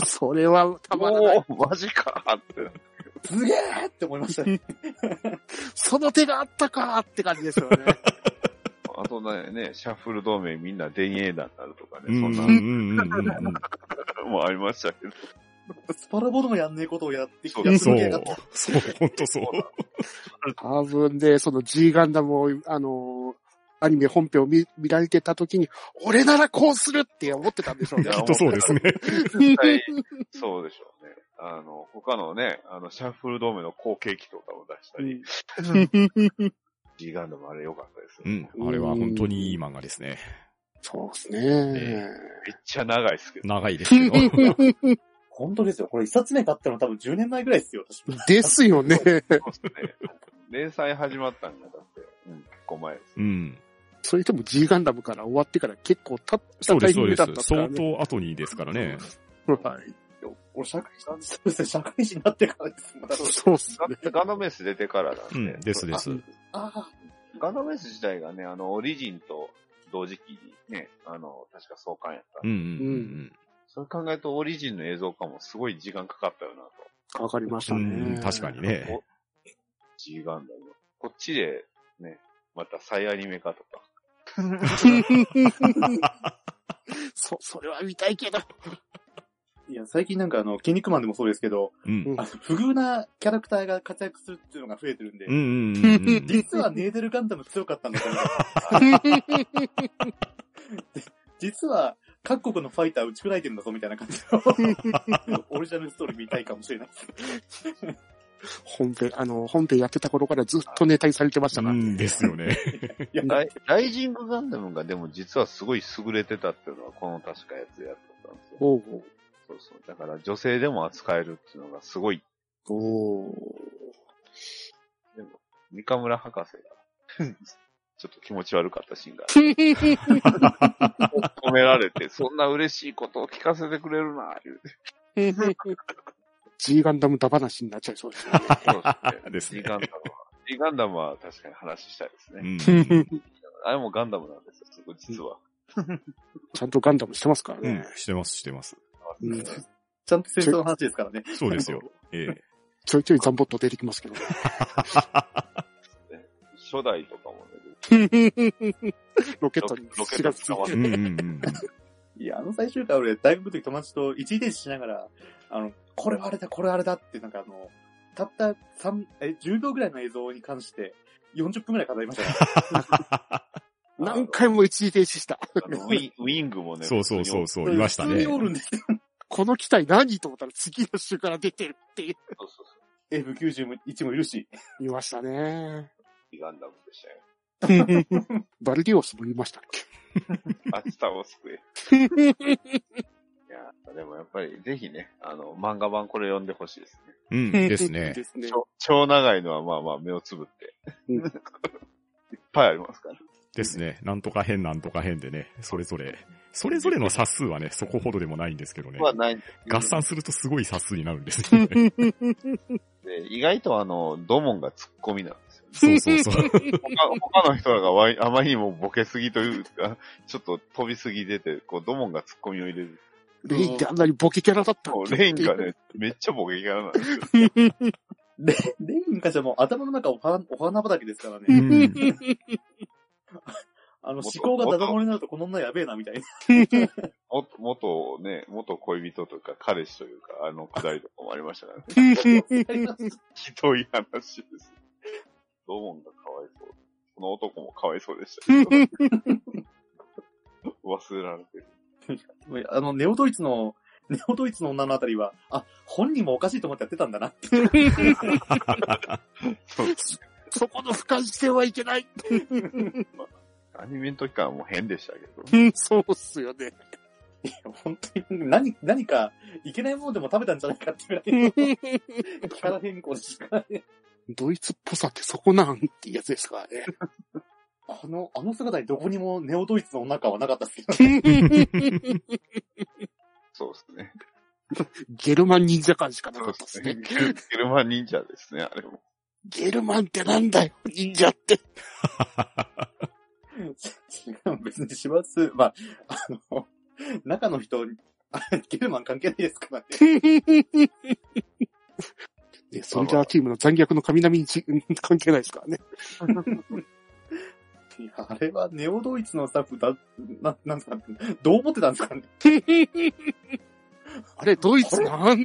Speaker 4: それはたまらない。
Speaker 2: おーマジかーって。
Speaker 1: すげえって思いましたね。
Speaker 4: その手があったかーって感じですよね。
Speaker 2: あとね、ね、シャッフル同盟みんな電影団になるとか
Speaker 3: う
Speaker 2: ね、
Speaker 3: ん。
Speaker 2: そ
Speaker 3: うんん。
Speaker 2: な
Speaker 3: うん。 うん
Speaker 2: のもありましたけど。
Speaker 1: スパラボでもやんねえことをやってき
Speaker 2: そ
Speaker 1: て、
Speaker 2: うだ
Speaker 1: やってみやが
Speaker 3: そ
Speaker 1: っ
Speaker 3: う
Speaker 1: た。。
Speaker 3: そう、ほんとそう。
Speaker 4: 多分で、その G ガンダムを、あのーアニメ本編を見見られてた時に、俺ならこうするって思ってたんでしょうね
Speaker 2: い。や
Speaker 3: きっとそうですね。
Speaker 2: 絶 対、そうでしょうね。あの、他のね、あの、シャッフル同盟の後継機とかを出したり、G ガンダムあれ良かったですよ。
Speaker 3: う
Speaker 2: め
Speaker 3: ん。あれは本当にいい漫画ですね。
Speaker 4: そうです
Speaker 3: え
Speaker 4: ね。
Speaker 2: っちゃ長いですけど。
Speaker 3: 長いですけど。
Speaker 1: 本当ですよ。これ一冊目買ったの多分10年前ぐらいですよ。私
Speaker 4: ですよね。
Speaker 2: そうですね。 連載始まったんが、だって、うん、結構前です。
Speaker 3: うん。
Speaker 4: それとも G ガンダムから終わってから結構たった
Speaker 3: そうです、そう
Speaker 4: 目
Speaker 3: で
Speaker 4: だ
Speaker 3: す
Speaker 4: った。から
Speaker 3: 相
Speaker 4: ね。
Speaker 3: 当後にですからね。
Speaker 4: はい。
Speaker 1: 俺社会人、そうですね、社会人になってからですもん。
Speaker 4: そうっす
Speaker 2: だ
Speaker 4: ね
Speaker 2: っ。てガンダムエース出てからなんで。
Speaker 3: うん。ですで
Speaker 2: あ
Speaker 3: す。
Speaker 1: ああ、
Speaker 2: ガンダムエース自体がね、あの、オリジンと同時期にね、あの、確か創刊やったんで、
Speaker 3: うん。うん
Speaker 2: そう考えるとオリジンの映像化もすごい時間かかったよなと。
Speaker 4: わかりまし
Speaker 3: う
Speaker 4: た
Speaker 3: ん。う
Speaker 4: ね
Speaker 3: ん。。確かにね。
Speaker 2: お G ガンダム。こっちで、ね、また再アニメ化とか。
Speaker 4: そ、それは見たいけど。
Speaker 1: いや、最近なんかあの、筋肉マンでもそうですけど、
Speaker 3: うん。
Speaker 1: あの不遇なキャラクターが活躍するっていうのが増えてるんで、
Speaker 3: うんうんうんうん。
Speaker 1: 実はネーデルガンダム強かったんだけど、実は各国のファイター打ち砕いてるんだぞみたいな感じのオリジナルストーリー見たいかもしれないです。
Speaker 4: 本編、あの、本編やってた頃からずっとネタにされてました
Speaker 3: う
Speaker 4: から。
Speaker 3: んですよ ね。
Speaker 1: いや、
Speaker 2: ライライジングガンダムがでも実はすごい優れてたっていうのはこの確かやつやったんですよ。
Speaker 4: おう
Speaker 2: そうそう。だから女性でも扱えるっていうのがすごい。
Speaker 4: お お
Speaker 2: でも、三河村博士が、ちょっと気持ち悪かったシーンが褒められて、そんな嬉しいことを聞かせてくれるな、 言うて。
Speaker 4: G ガンダムダ話になっちゃいそうですね。
Speaker 2: そう
Speaker 3: ですね
Speaker 2: G ガンダムは。G ガンダムは確かに話したいです
Speaker 3: う
Speaker 2: ね。
Speaker 3: ん
Speaker 2: あれもガンダムなんですよ、そこ実は。
Speaker 4: ちゃんとガンダムしてますから
Speaker 3: うん
Speaker 4: ね。。
Speaker 3: してます、してます。
Speaker 4: うん
Speaker 1: ちゃんと戦争の話ですからね。
Speaker 3: そうです よ。ええ。
Speaker 4: ちょいちょいザンボット出てきますけど。
Speaker 2: 初代とかもね、
Speaker 4: ロケッ
Speaker 2: ロ
Speaker 4: ト
Speaker 2: ケ
Speaker 4: に
Speaker 2: ロケ
Speaker 4: 血
Speaker 2: ッ
Speaker 4: が
Speaker 2: ト
Speaker 4: つい
Speaker 2: 使
Speaker 4: て
Speaker 2: わ
Speaker 3: う
Speaker 2: せ
Speaker 3: ん
Speaker 2: て。
Speaker 3: うんうん。
Speaker 1: いや、あの最終回俺、大学の時友達と一時停止しながら、あの、これはあれだ、これはあれだって、なんかあの、たった三え、10秒ぐらいの映像に関して、40分ぐらい語りました か
Speaker 4: 何回も一時停止した。
Speaker 2: あのウィンウィングもね、
Speaker 3: そうそうそう
Speaker 2: 普通に
Speaker 3: そう、
Speaker 1: ら。
Speaker 3: いました
Speaker 1: 普通
Speaker 3: ね
Speaker 1: に。おるんですよ。
Speaker 4: この機体何と思ったら次の週から出てるっていう。
Speaker 2: そうそうそう
Speaker 1: F91 もいるし。
Speaker 4: 見ました ね。
Speaker 2: ガンダムでしたよ。
Speaker 4: バルディオスも言いましたっ け
Speaker 2: 明日を救え。いや、でもやっぱりぜひね、あの、漫画版これ読んでほしいですね。
Speaker 3: うん、ですね。
Speaker 4: ですね。
Speaker 2: 超超長いのはまあまあ目をつぶって。
Speaker 4: うん
Speaker 2: いっぱいありますから。
Speaker 3: ですね。なんとか変なんとか変でね、それぞれ。それぞれの差数はね、そこほどでもないんですけどね。
Speaker 2: まあないんですけど
Speaker 3: 合算するとすごい差数になるんです よね。
Speaker 2: で意外とあの、ドモンがツッコミなんですよ、ね。
Speaker 3: そうそうそう。
Speaker 2: 他他の人らがわいあまりにもボケすぎというか、ちょっと飛びすぎ出て、こう、ドモンがツッコミを入れる。
Speaker 4: レインってあんなにボケキャラだったっ
Speaker 2: もう
Speaker 4: け
Speaker 2: レインがね、めっちゃボケキャラなんですよ。
Speaker 1: レレインかじゃもう頭の中お花お花畑ですから
Speaker 3: う
Speaker 1: ね。
Speaker 3: ん、
Speaker 1: あの、
Speaker 2: も
Speaker 1: 思
Speaker 2: っと
Speaker 1: 考がダダ漏れになるとこの女やべえな、みたいな。
Speaker 2: も元ね、元恋人というか、彼氏というか、あの、くだりとかもありましたからね。ひどい話です。ドモンがかわいそう。この男もかわいそうでした けど。忘れられてる。
Speaker 1: あの、ネオドイツのネオドイツの女のあたりは、あ、本人もおかしいと思ってやってたんだな。
Speaker 2: そう
Speaker 4: そこの俯瞰してはいけ ない。
Speaker 2: アニメの時からもう変でしたけど。
Speaker 4: うんそうっすよね。
Speaker 1: 本当に何、何か、いけないものでも食べたんじゃないかっていうぐらいのキャラ変更でしたからね。
Speaker 4: ドイツっぽさってそこなんってやつですから ね。
Speaker 1: あの、あの姿にどこにもネオドイツの女感はなかったですけ ど、
Speaker 2: そうですね。
Speaker 4: ゲルマン忍者感しかな
Speaker 2: そう
Speaker 4: かっ
Speaker 2: で
Speaker 4: たですす
Speaker 2: ね。
Speaker 4: ね。
Speaker 2: ゲルマン忍者です ね、あれも。
Speaker 4: ゲルマンってなんだよ、忍者って。
Speaker 1: しかも別にします。まあ、あの、中の人、あゲルマン関係ないですからね。
Speaker 4: ね、ソルジャーチームの残虐の神並みにち関係ないですからね。
Speaker 1: いやあれはネオドイツのスタッフだ、な、なんですかね、どう思ってたんですかね。
Speaker 4: あれ、ドイツな
Speaker 1: あ
Speaker 4: ん
Speaker 1: れ、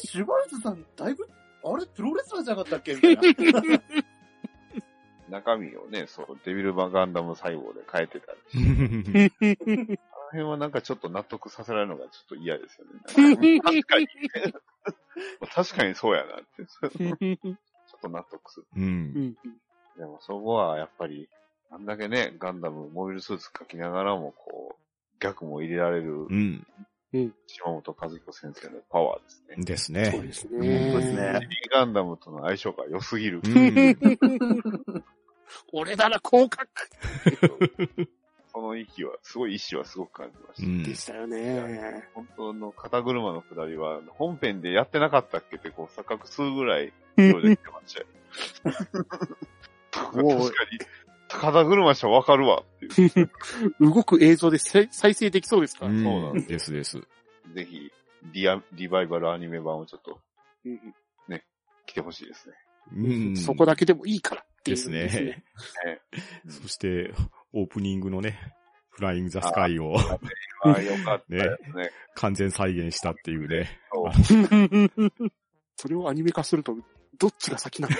Speaker 1: シュバルツさん、だいぶ、あれ、プロレスラーじゃなかったっけみたいな。
Speaker 2: 中身をね、そう、デビルマンガンダム細胞で変えてたりして。あの辺はなんかちょっと納得させられるのがちょっと嫌ですよ ね。確かに。確かにそうやなって。ちょっと納得する。
Speaker 3: うん。
Speaker 2: でもそこはやっぱり、あんだけね、ガンダム、モビルスーツ描きながらも、こう、逆も入れられる
Speaker 3: うん。
Speaker 2: 島本和彦先生のパワーですね。
Speaker 3: です
Speaker 4: そう
Speaker 3: ね
Speaker 4: で。す
Speaker 3: ね
Speaker 4: ね。
Speaker 1: そうですね。
Speaker 2: ガンダムとの相性が良すぎる。
Speaker 3: うん。
Speaker 4: 俺なら降格
Speaker 2: その息は、すごい意志はすごく感じました。
Speaker 3: うん
Speaker 4: でしたよね。
Speaker 2: 本当の肩車の下りは、本編でやってなかったっけって、こう、錯覚するぐらい、色で来てましたよ。確か
Speaker 4: もう
Speaker 2: に、肩車したらわかるわっていう。
Speaker 4: 動く映像で再再生できそうですからね。
Speaker 2: なん
Speaker 3: うんですです。
Speaker 2: ぜひ、リア、リバイバルアニメ版をちょっと
Speaker 4: うん
Speaker 2: 来てほしいですね。
Speaker 3: うん。
Speaker 4: そこだけでもいいからって
Speaker 3: で
Speaker 4: いう
Speaker 3: す
Speaker 4: ん
Speaker 3: ね。
Speaker 2: ね
Speaker 3: そして、オープニングのね、フライングザスカイを
Speaker 2: ああ、よかったですね。
Speaker 3: 完全再現したっていうね。
Speaker 2: そう
Speaker 4: すね。それをアニメ化すると、どっちが先なの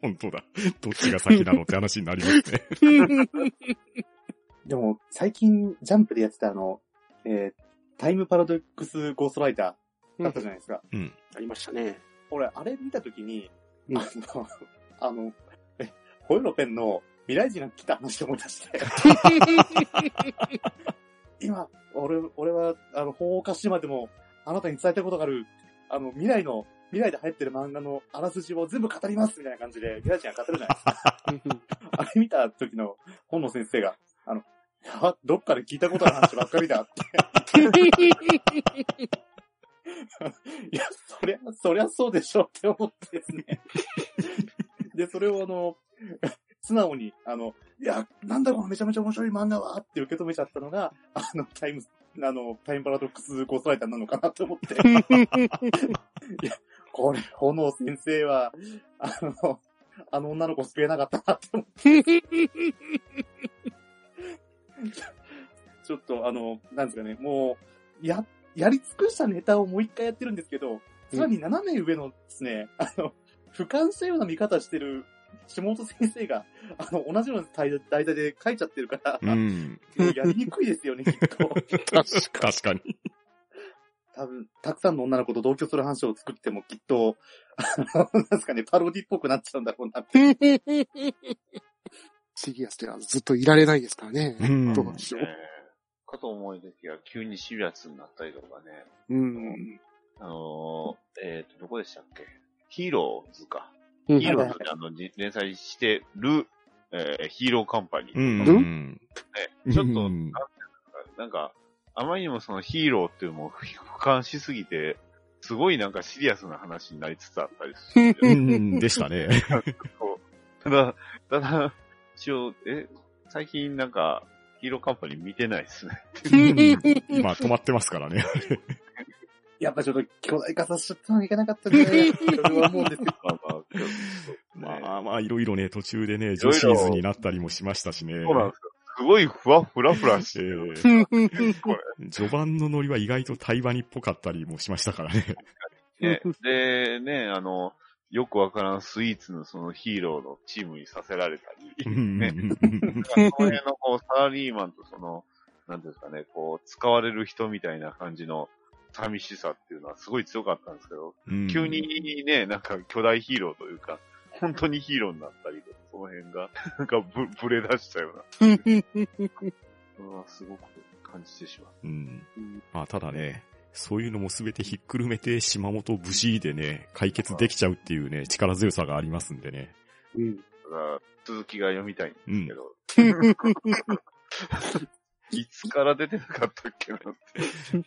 Speaker 3: 本当だ。どっちが先なのって話になりますね。
Speaker 1: でも、最近、ジャンプでやってたあの、えー、タイムパラドックスゴーストライターだったじゃないですか。
Speaker 3: うん。
Speaker 4: ありましたね。
Speaker 1: 俺、あれ見たときに、
Speaker 4: うん
Speaker 1: あの、あの、え、ホイロペンの未来人が来た話を思い出 して、今、俺、俺は、あの、法岡島でも、あなたに伝えたいことがある、あの、未来の、未来で流行ってる漫画のあらすじを全部語りますみたいな感じで、未来人が語るじゃ ないですか。あれ見た時の本野先生が、あの、あどっかで聞いたことある話ばっかりだって。いや、そりゃ、そりゃそうでしょって思ってですね。で、それをあの、素直に、あの、いや、なんだこのめちゃめちゃ面白い漫画はって受け止めちゃったのが、あの、タイム、あの、タイムパラドックスゴーストライターなのかなって思って。これ、炎先生は、あの、あの女の子救えなかったなって思って。ちょっと、あの、なんですかね、もう、や、やり尽くしたネタをもう一回やってるんですけど、さらに斜め上のですね、あの、俯瞰したような見方してる下本先生が、あの、同じような題題材で書いちゃってるから、
Speaker 3: うん。
Speaker 1: やりにくいですよね、きっと。
Speaker 4: 確か
Speaker 3: 確かに。
Speaker 1: 多分、たくさんの女の子と同居する話を作ってもきっと、あの、なんですかね、パロディっぽくなっちゃうんだろうなって。
Speaker 4: シリアスではずっといられないですからね。
Speaker 3: うん
Speaker 4: どうしよ
Speaker 2: ねかと思いきや、急にシリアスになったりとかね。
Speaker 4: う。うん。
Speaker 2: あのー、えっ、と、どこでしたっけヒーローズか。
Speaker 4: う
Speaker 2: ヒーロ
Speaker 4: ん
Speaker 2: ーズであの、じ連載してる、えーヒーローカンパニー。
Speaker 3: うん。
Speaker 2: ねちょっと、
Speaker 3: うん
Speaker 2: なんか、あまりにもそのヒーローっていうのも俯瞰しすぎて、すごいなんかシリアスな話になりつつあったりするんで
Speaker 3: う
Speaker 2: すよ。
Speaker 3: ん。でしたね。
Speaker 2: こうただ、ただ、一応、え、最近なんか、ヒーローカンパニー見てないですね。
Speaker 3: うんまあ、止まってますからね。
Speaker 1: やっぱちょっと巨大化させちゃったのいけなかったんだよな、とは思うんですけど。
Speaker 2: まあまあ、
Speaker 3: まあまあ、いろいろね、途中でね、女シーズンになったりもしましたしね。
Speaker 2: そうなんですよ。すごいふわふらふらしてる。
Speaker 3: えー序盤のノリは意外とタイバニっぽかったりもしましたからね。
Speaker 2: ね、で、ね、あの、よくわからんスイーツのそのヒーローの チームにさせられた
Speaker 3: う
Speaker 2: り、
Speaker 3: ん
Speaker 2: ね、その辺のこうサラリーマンとその、なんていうんですかね、こう、使われる人みたいな感じの寂しさっていうのはすごい強かったんですけど、
Speaker 3: うん
Speaker 2: 急。にね、なんか巨大ヒーローというか、本当にヒーローになったりとか、その辺が、なんかぶ、ぶれ出したような、それはすごく感じてしまう。
Speaker 3: うん。まあ、ただね、そういうのもすべてひっくるめて、島本無事でね、解決できちゃうっていうね、力強さがありますんでね。
Speaker 4: うん。
Speaker 2: だから、続きが読みたいんですけど、いつから出てなかったっけなって。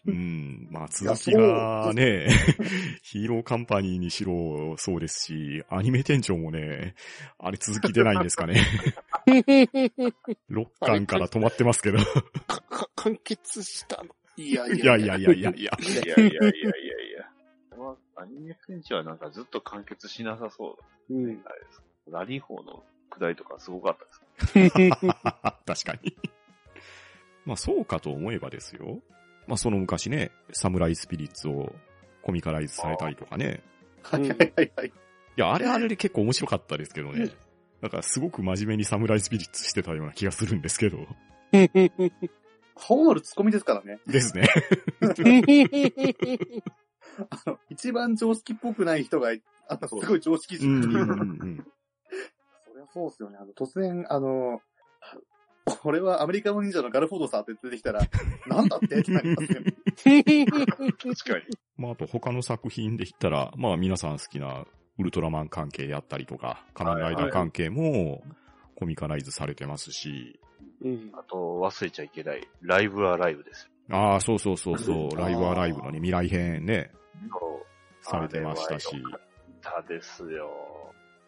Speaker 3: うん。まあ、続きがね、 ヒーローカンパニーにしろそうですし、アニメ店長もね、あれ続き出ないんですかね。6巻から止まってますけど。
Speaker 4: かか完結したの。いやい
Speaker 3: い
Speaker 4: や
Speaker 3: や
Speaker 4: い
Speaker 3: い
Speaker 4: や
Speaker 3: や。いやいやいや。
Speaker 2: いやいやいやいやいや。まあアニメ戦士はなんかずっと完結しなさそう
Speaker 4: うん。
Speaker 2: なあれです。ラリー法の下りとかすごかったです。
Speaker 3: 確かに。まあそうかと思えばですよ。まあその昔ね、サムライスピリッツをコミカライズされたりとかね。
Speaker 1: はいはいはいはい。
Speaker 3: いや、あれあれで結構面白かったですけどね。なんかすごく真面目にサムライスピリッツしてたような気がするんですけ ど。
Speaker 1: 顔のあるツッコミですからね。
Speaker 3: ですね。
Speaker 1: あの、一番常識っぽくない人が、あの、すごい常識
Speaker 3: う
Speaker 1: 人。
Speaker 3: んうんうん
Speaker 1: そりゃそうですよね。あの、突然、あの、これはアメリカの忍者のガルフォードさんって出てき たら、なんだってってなりますよね。
Speaker 2: 確か に。
Speaker 3: まああと他の作品で言ったら、まあ皆さん好きなウルトラマン関係やったりとか、仮面ライダー関係もコミカライズされてますし、
Speaker 4: うん
Speaker 2: あと、忘れちゃいけない。ライブアライブです。
Speaker 3: ああ、そうそうそうそう、ライブアライブのね、未来編ね、
Speaker 2: そう。
Speaker 3: されてましたし
Speaker 2: あ。れは良かったですよ。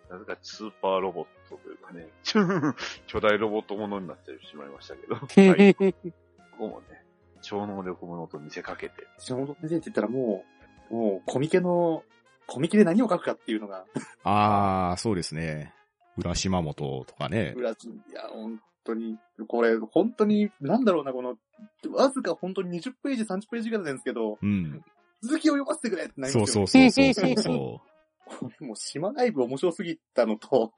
Speaker 2: なぜかスーパーロボットというかね、 巨大ロボットものになってしまいました けど、はい、ここもね、超能力ものと見せかけて、
Speaker 1: 島本先生って言ったらもう、もう、コミケの、コミケで何を書くかっていうのが、
Speaker 3: ああ、そうですね。浦島本とかね。
Speaker 1: 裏地、いや、本当に、これ、本当に、なんだろうな、この、わずか本当に20ページ、30ページぐらいなんですけど、
Speaker 3: うん。
Speaker 1: 続きを読ませてくれってなり
Speaker 3: そ
Speaker 1: ま
Speaker 3: う
Speaker 1: すよ
Speaker 3: そ
Speaker 1: ね
Speaker 3: うそうそうそうそ
Speaker 1: もう、島ライブ面白すぎたの と、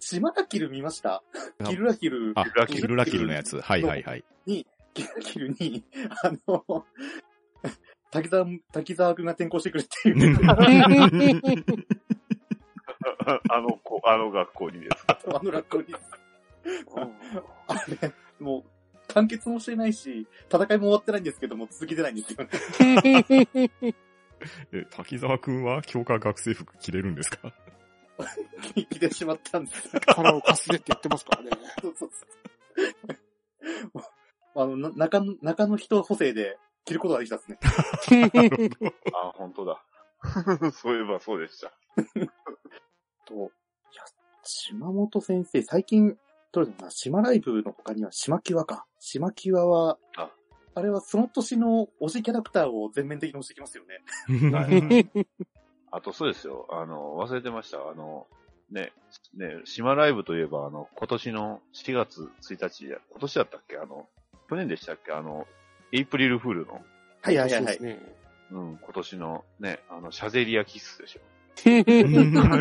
Speaker 1: 島ラキル見ました
Speaker 3: あ
Speaker 1: キルラキル
Speaker 3: う。。あ、
Speaker 2: ラキ
Speaker 3: キ
Speaker 2: ル
Speaker 3: ルラキルのやつ。はいはいはい。
Speaker 1: キルラキルに、あの、滝沢、滝沢くんが転校してくるっていう、
Speaker 2: あの子、あの学校にです。
Speaker 1: あの学校に。あれ、もう、完結もしてないし、戦いも終わってないんですけども、続き出ないんですよね。
Speaker 3: え滝沢くんは教科学生服着れるんですか
Speaker 1: 来てしまったんです。
Speaker 4: 腹をかすれって言ってますからね。
Speaker 1: そうそうそう。あの、な中の、中の人補正で着ることができたですね。
Speaker 2: あ、本当だ。 そういえばそうでした。
Speaker 1: と、いや、島本先生、最近、どれだろうな、島ライブの他には島キワか。島キワは、
Speaker 2: あ
Speaker 1: あれはその年の推しキャラクターを全面的に推してきますよね。
Speaker 2: あとそうですよ。あの、忘れてました。あの、ね、ね、島ライブといえば、あの、今年の4月1日や、今年だったっけあの、去年でしたっけあの、エイプリルフールの、
Speaker 1: はいはいは
Speaker 4: そ
Speaker 1: いうは
Speaker 4: で
Speaker 1: い
Speaker 4: す。ね。
Speaker 2: うん、今年のね、あの、シャゼリアキッスでしょ。あ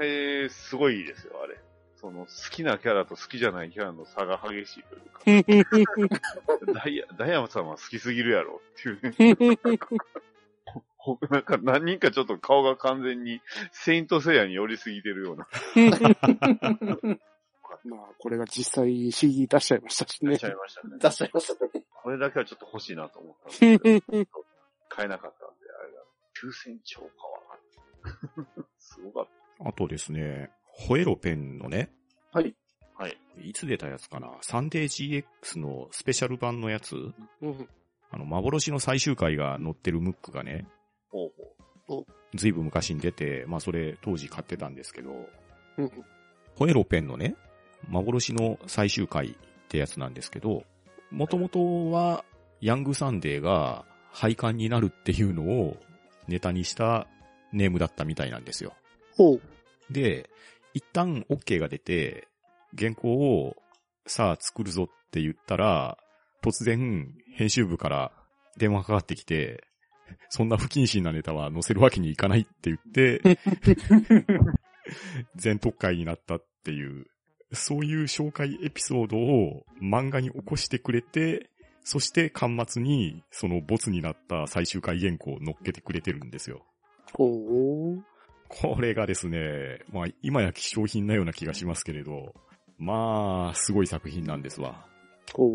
Speaker 2: れ、すごいですよ、あれ。その、好きなキャラと好きじゃないキャラの差が激しいという か。ダイヤ、ダイヤさんは好きすぎるやろっていうね。ほなんか何人かちょっと顔が完全に、セイントセイヤに寄りすぎてるような。
Speaker 4: まあ、これが実際 CD 出しちゃいましたし
Speaker 2: 出
Speaker 4: ね
Speaker 2: ちゃ。いました ね。
Speaker 1: 出しちゃいましたね。
Speaker 2: これだけはちょっと欲しいなと思ったんですけど、買えなかったんで、あれが、9000超かは。すごかっ
Speaker 3: あとですね、ホエロペンのね、
Speaker 1: はい。
Speaker 2: た。はい。
Speaker 3: いつ出たやつかなサンデー GX のスペシャル版のやつ
Speaker 4: うん
Speaker 3: あの、幻の最終回が載ってるムックがね、
Speaker 2: ほうほ
Speaker 3: ずいぶん昔に出て、まあそれ当時買ってたんですけど、
Speaker 4: うん
Speaker 3: ホエロペンのね、幻の最終回ってやつなんですけど、もともとはヤングサンデーが廃刊になるっていうのをネタにしたネームだったみたいなんですよ。
Speaker 4: ほう。
Speaker 3: で、一旦 OK が出て、原稿をさあ作るぞって言ったら、突然編集部から電話かかってきて、そんな不謹慎なネタは載せるわけにいかないって言って、全特会になったっていうそういう紹介エピソードを漫画に起こしてくれて、そして端末にそのボツになった最終回原稿を乗っけてくれてるんですよ。
Speaker 4: ほう。
Speaker 3: これがですね、まあ今や希少品なような気がしますけれど、まあ、すごい作品なんですわ。
Speaker 4: ほ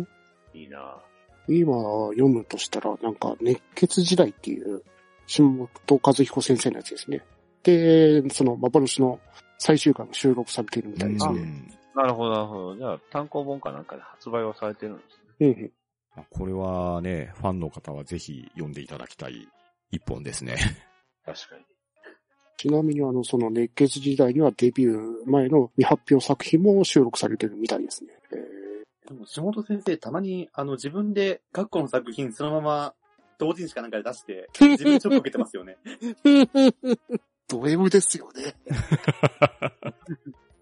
Speaker 4: う。
Speaker 2: いいな
Speaker 4: 今読むとしたら、なんか、熱血時代っていう、下本和彦先生のやつですね。で、その幻の最終回が収録されているみたいです
Speaker 3: う
Speaker 4: ね。
Speaker 3: ん
Speaker 2: なるほど、なるほど。じゃあ、単行本かなんかで発売をされてるんですね。
Speaker 4: うんうん。
Speaker 3: まあこれはね、ファンの方はぜひ読んでいただきたい一本ですね。
Speaker 2: 確かに。
Speaker 4: ちなみに、あの、その熱血時代にはデビュー前の未発表作品も収録されてるみたいですね。え
Speaker 1: でも、下本先生、たまに、あの、自分で、過去の作品そのまま、同人誌かなんかで出して、自分でショック受けてますよね。
Speaker 4: ード M ですよね。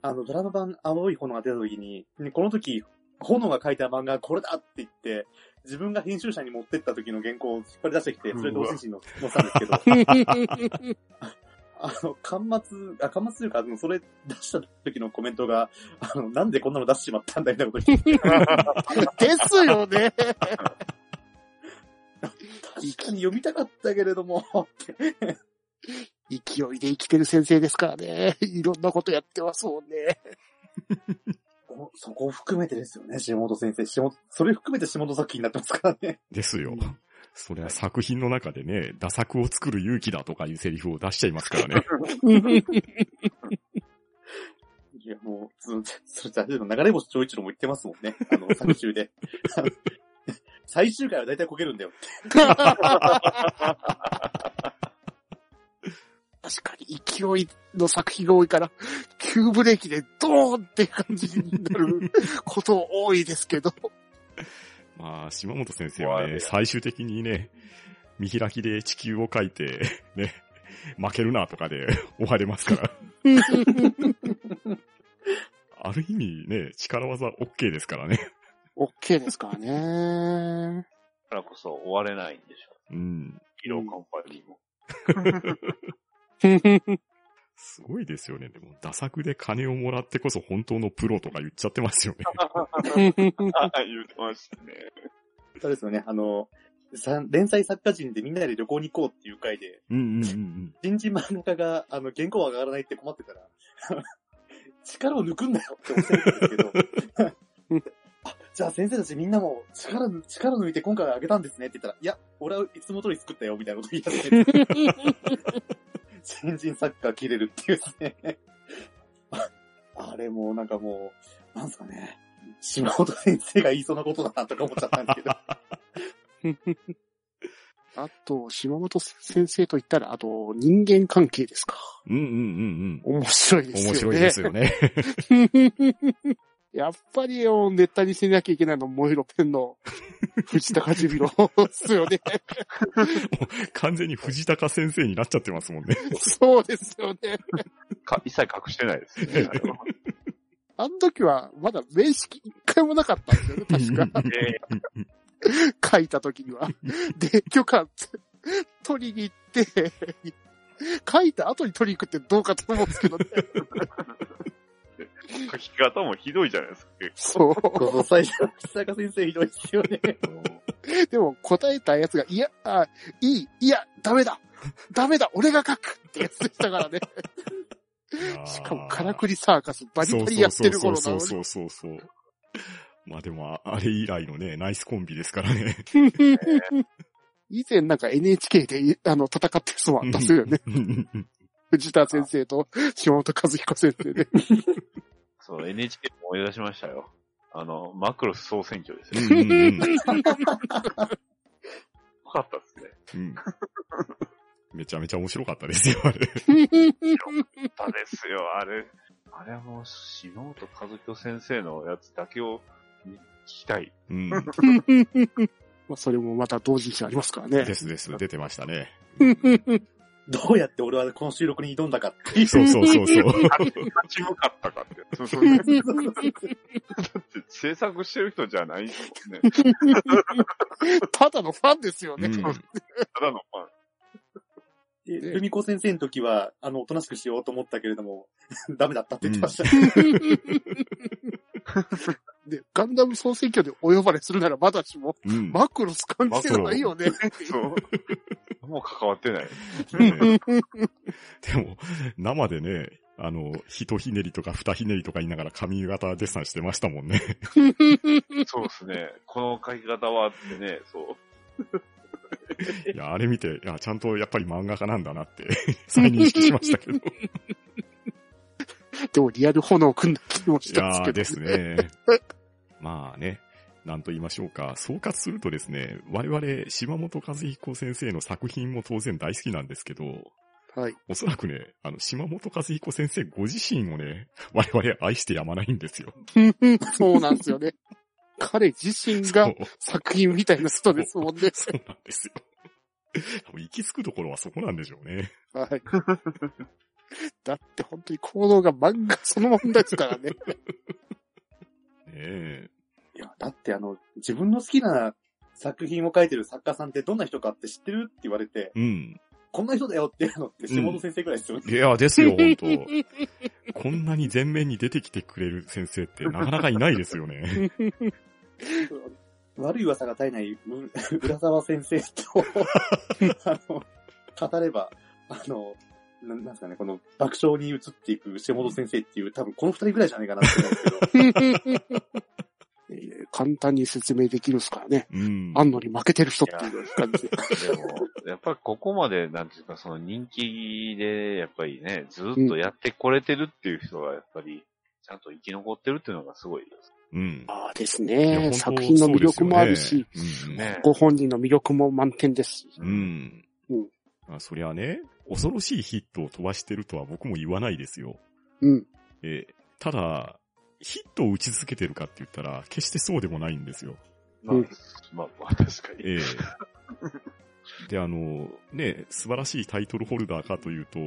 Speaker 1: あの、ドラマ版、青い炎が出た時に、ねこの時、炎が書いた漫画はこれだって言って、自分が編集者に持ってった時の原稿を引っ張り出してきて、それ同人誌に載載せたんですけど、あの、端末、あ、端末というか、あのそれ出した時のコメントが、あの、なんでこんなの出してしまったんだみたいなこと言って、
Speaker 4: ですよね。
Speaker 1: 確かに読みたかったけれども、って
Speaker 4: 勢いで生きてる先生ですからね。いろんなことやってますもんね。
Speaker 1: こそこを含めてですよね、下本先生。下本それ含めて下本作品になってますからね。
Speaker 3: ですよ。それは作品の中でね、打作を作る勇気だとかいうセリフを出しちゃいますから ね。
Speaker 1: いや、もう、そのそれじゃあ、でも流れ星長一郎も言ってますもんね。 あの、作中で。あの最終回は大体こけるんだよ。
Speaker 4: 確かに勢いの作品が多いから、急ブレーキでドーンって感じにな ること多いですけど。
Speaker 3: まあ、島本先生は
Speaker 2: う
Speaker 3: ね、
Speaker 2: わ
Speaker 3: 最終的にね、見開きで地球を書いて、ね、負けるなとかで 終われますから。ある意味ね、力技 OK ですからね。
Speaker 4: OK ですからね。
Speaker 2: だからこそ終われないんでしょ
Speaker 3: うん。
Speaker 2: う。疲労乾杯にも。
Speaker 3: すごいですよね。でも、打作で金をもらってこそ本当のプロとか言っちゃってますよね。
Speaker 2: あ言ってましたね。
Speaker 1: そうですよね。あの、さ連載作家陣でみんなで旅行に行こうっていう回で、
Speaker 3: うんうんうんうん。
Speaker 1: 新人漫画家が、あの、原稿上がらないって困ってたら、力を抜くんだよっておっしゃるんですけど、あじゃあ先生たちみんなも力、力抜いて今回は上げたんですねって言ったら、いや、俺はいつも通り作ったよみたいなこと言い出して、新人サッカー切れるっていうですね。あれもうなんかもう、なんすかね、島本先生が言いそうなことだなとか思っちゃったんですけど。
Speaker 4: あと、島本先生と言ったら、あと、人間関係ですか。
Speaker 3: うんうんうん
Speaker 4: 面白いで
Speaker 3: うん。
Speaker 4: すよね。
Speaker 3: 面白いですよね。
Speaker 4: やっぱりよ、ネタにしなきゃいけないの、モイロペンの藤高ジビロですよ ね。
Speaker 3: 完全に藤高先生になっちゃってますもんね。
Speaker 4: そうですよね。
Speaker 2: か 一切隠してないです ね。あれは
Speaker 4: あの時は、まだ面識一回もなかったんですよね、確か。
Speaker 2: え
Speaker 4: 書いた時には。で、許可、取りに行って、書いた後に取りに行くってどうかと思うんですけどね。
Speaker 2: ー書き方もひどいじゃないですか。結
Speaker 4: そう。
Speaker 1: そう、最初、久坂先生ひどいですよね。
Speaker 4: でも答えたやつが、いや、あいい、いや、ダメだダメだ俺が書くってやつでしたからね。しかも、カラクリサーカス、バリバリやってる頃な
Speaker 3: そ
Speaker 4: の
Speaker 3: う
Speaker 4: に。
Speaker 3: そうそうそうそうそう。まあでも、あれ以来のね、ナイスコンビですからね。
Speaker 4: 以前なんか NHK で、あの、戦ってそうなんですよね。藤田先生と島本和彦先 生で。
Speaker 2: 構そう、NHK も思い出しましたよ。あの、マクロス総選挙です
Speaker 3: う
Speaker 2: ね。
Speaker 3: んうんうん
Speaker 2: よかったですね。
Speaker 3: うんめちゃめちゃ面白かったですよ、あれ。
Speaker 2: あったですよ、あれ。あれはもう、篠本和人先生のやつだけを聞きたい。
Speaker 3: うん。
Speaker 4: まあ、それもまた同時にありますからね
Speaker 3: で。すです、出てました ね。
Speaker 1: どうやって俺はこの収録に挑んだかっていう。
Speaker 3: そうそうそうそう。
Speaker 2: あ立ち向かったかって。そうそうだって制作してる人じゃないんだもんね。
Speaker 4: ただのファンですよね。
Speaker 3: うん
Speaker 2: ただのファン。
Speaker 1: えルミコ先生の時は、あの、おとなしくしようと思ったけれども、 ダメだったって言ってました。
Speaker 4: で、ガンダム総選挙でお呼ばれするならまだしも、
Speaker 3: うん。
Speaker 4: マクロス関係ないよね。
Speaker 2: そう。もう関わってない。
Speaker 3: でも、生でね、あの、ひとひねりとかふたひねりとか言いながら髪型デッサンしてましたもんね。
Speaker 2: そうですね。この書き方はってね、そう。
Speaker 3: いや、あれ見て、いや、ちゃんとやっぱり漫画家なんだなって、再認識しましたけど。い
Speaker 4: でもリアル炎くんな気もしたん
Speaker 3: やー
Speaker 4: で
Speaker 3: ですす
Speaker 4: けど。
Speaker 3: ね。まあね、なんと言いましょうか。総括するとですね、我々、島本和彦先生の作品も当然大好きなんですけど、
Speaker 4: はい。
Speaker 3: おそらくね、あの、島本和彦先生ご自身をね、我々愛してやまないんですよ。
Speaker 4: そうなんです よね。彼自身
Speaker 3: そ
Speaker 4: が
Speaker 3: う
Speaker 4: 作品みたいな人ですもんね。
Speaker 3: そうなんですよ。多分行き着くところはそこなんでしょうね。
Speaker 4: はい。だって本当に行動が漫画そのまんですか らね。
Speaker 3: ねえ。
Speaker 1: いや、だってあの、自分の好きな作品を書いてる作家さんってどんな人かって知ってるって言われて、
Speaker 3: うん。
Speaker 1: こんな人だよっていうのって、下本先生くらいですよね。
Speaker 3: いや、ですよ、本当こんなに前面に出てきてくれる先生ってなかなかいないですよね。
Speaker 1: 悪い噂が絶えない、うん、浦沢先生と、 あの、語れば、あの、ななんですかね、この爆笑に移っていく下本先生っていう、多分この二人ぐらいじゃないかなって思うんです けど、
Speaker 4: えー簡単に説明できるですからね。
Speaker 3: うん。
Speaker 4: あんのに負けてる人っていう感 じで。
Speaker 2: でも、やっぱりここまで、なんていうか、その人気で、やっぱりね、ずっとやってこれてるっていう人が、やっぱり、ちゃんと生き残ってるっていうのがすごいです
Speaker 3: うん。
Speaker 4: ああです
Speaker 3: いや
Speaker 4: ね。作品の魅力もある
Speaker 3: 本
Speaker 4: し、、
Speaker 3: 当そうですよね
Speaker 2: ね。
Speaker 4: ご本人の魅力も満点です。
Speaker 3: うん。うん。
Speaker 4: うん
Speaker 3: まあ、そりゃね、恐ろしいヒットを飛ばしてるとは僕も言わないですよ。
Speaker 4: うん。
Speaker 3: ええただ、ヒットを打ち続けてるかって言ったら、決してそうでもないんですよ。
Speaker 2: まあ
Speaker 4: うん、
Speaker 2: まあ、まあ、確か に。
Speaker 3: ええで、あの、ね、素晴らしいタイトルホルダーかというと、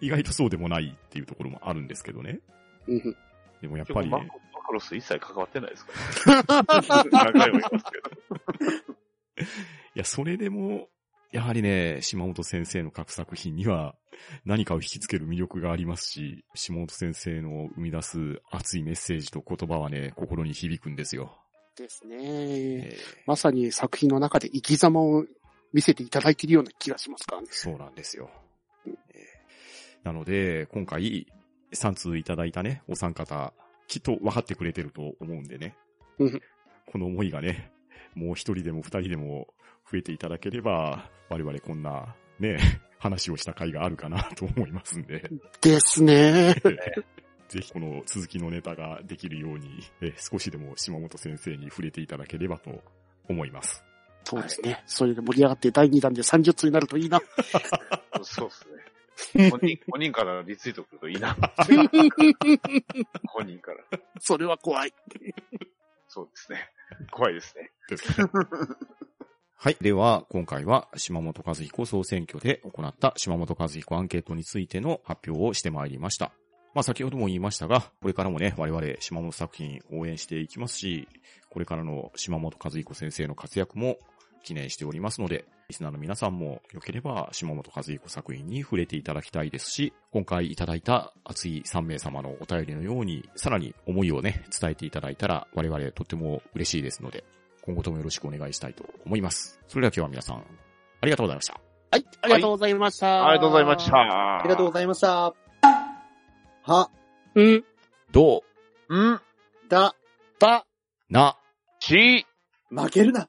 Speaker 3: 意外とそうでもないっていうところもあるんですけどね。
Speaker 4: うん
Speaker 3: でもやっ
Speaker 2: 結
Speaker 3: ぱ
Speaker 2: 構
Speaker 3: り
Speaker 2: マ
Speaker 3: ね
Speaker 2: ク、マクロス一切関わってないですから、 ね。何回も言いますけど。
Speaker 3: いや、それでも、やはりね、島本先生の各作品には何かを引きつける魅力がありますし、島本先生の生み出す熱いメッセージと言葉はね、心に響くんですよ。
Speaker 4: ですね。
Speaker 3: ええ
Speaker 4: まさに作品の中で生き様を見せていただいているような気がしますからね。
Speaker 3: そうなんですよ。えーなので、今回、3通いただいたね、お三方、きっと分かってくれてると思うんでね
Speaker 4: うん。
Speaker 3: この思いがね、もう一人でも二人でも増えていただければ、我々こんな、ね、話をした回があるかなと思いますん で、
Speaker 4: ですね。
Speaker 3: ぜひこの続きのネタができるように、えー少しでも島本先生に触れていただければと思います。
Speaker 4: そうですね。それで盛り上がって第2弾で30通になるといいな。
Speaker 2: そうですね。5人 ,5 人からリツイート来るといい な。5人から。
Speaker 4: それは怖い。
Speaker 2: そうですね。怖いですね。
Speaker 3: ですねはい。では、今回は島本和彦総選挙で行った島本和彦アンケートについての発表をしてまいりました。まあ先ほども言いましたが、これからもね、我々島本作品応援していきますし、これからの島本和彦先生の活躍も記念しておりますので、リスナーの皆さんも良ければ島本和彦作品に触れていただきたいですし、今回いただいた熱い3名様のお便りのように、さらに思いをね、伝えていただいたら我々とっても嬉しいですので、今後ともよろしくお願いしたいと思います。それでは今日は皆さん、ありがとうございました。
Speaker 4: はい、ありがとうございました。
Speaker 2: ありがとうございまし。た。
Speaker 1: ありがとうございました。は、
Speaker 4: うん、
Speaker 3: どう、
Speaker 2: うん、
Speaker 1: だ、
Speaker 4: ば、
Speaker 3: な、
Speaker 2: ち、
Speaker 1: 負けるな。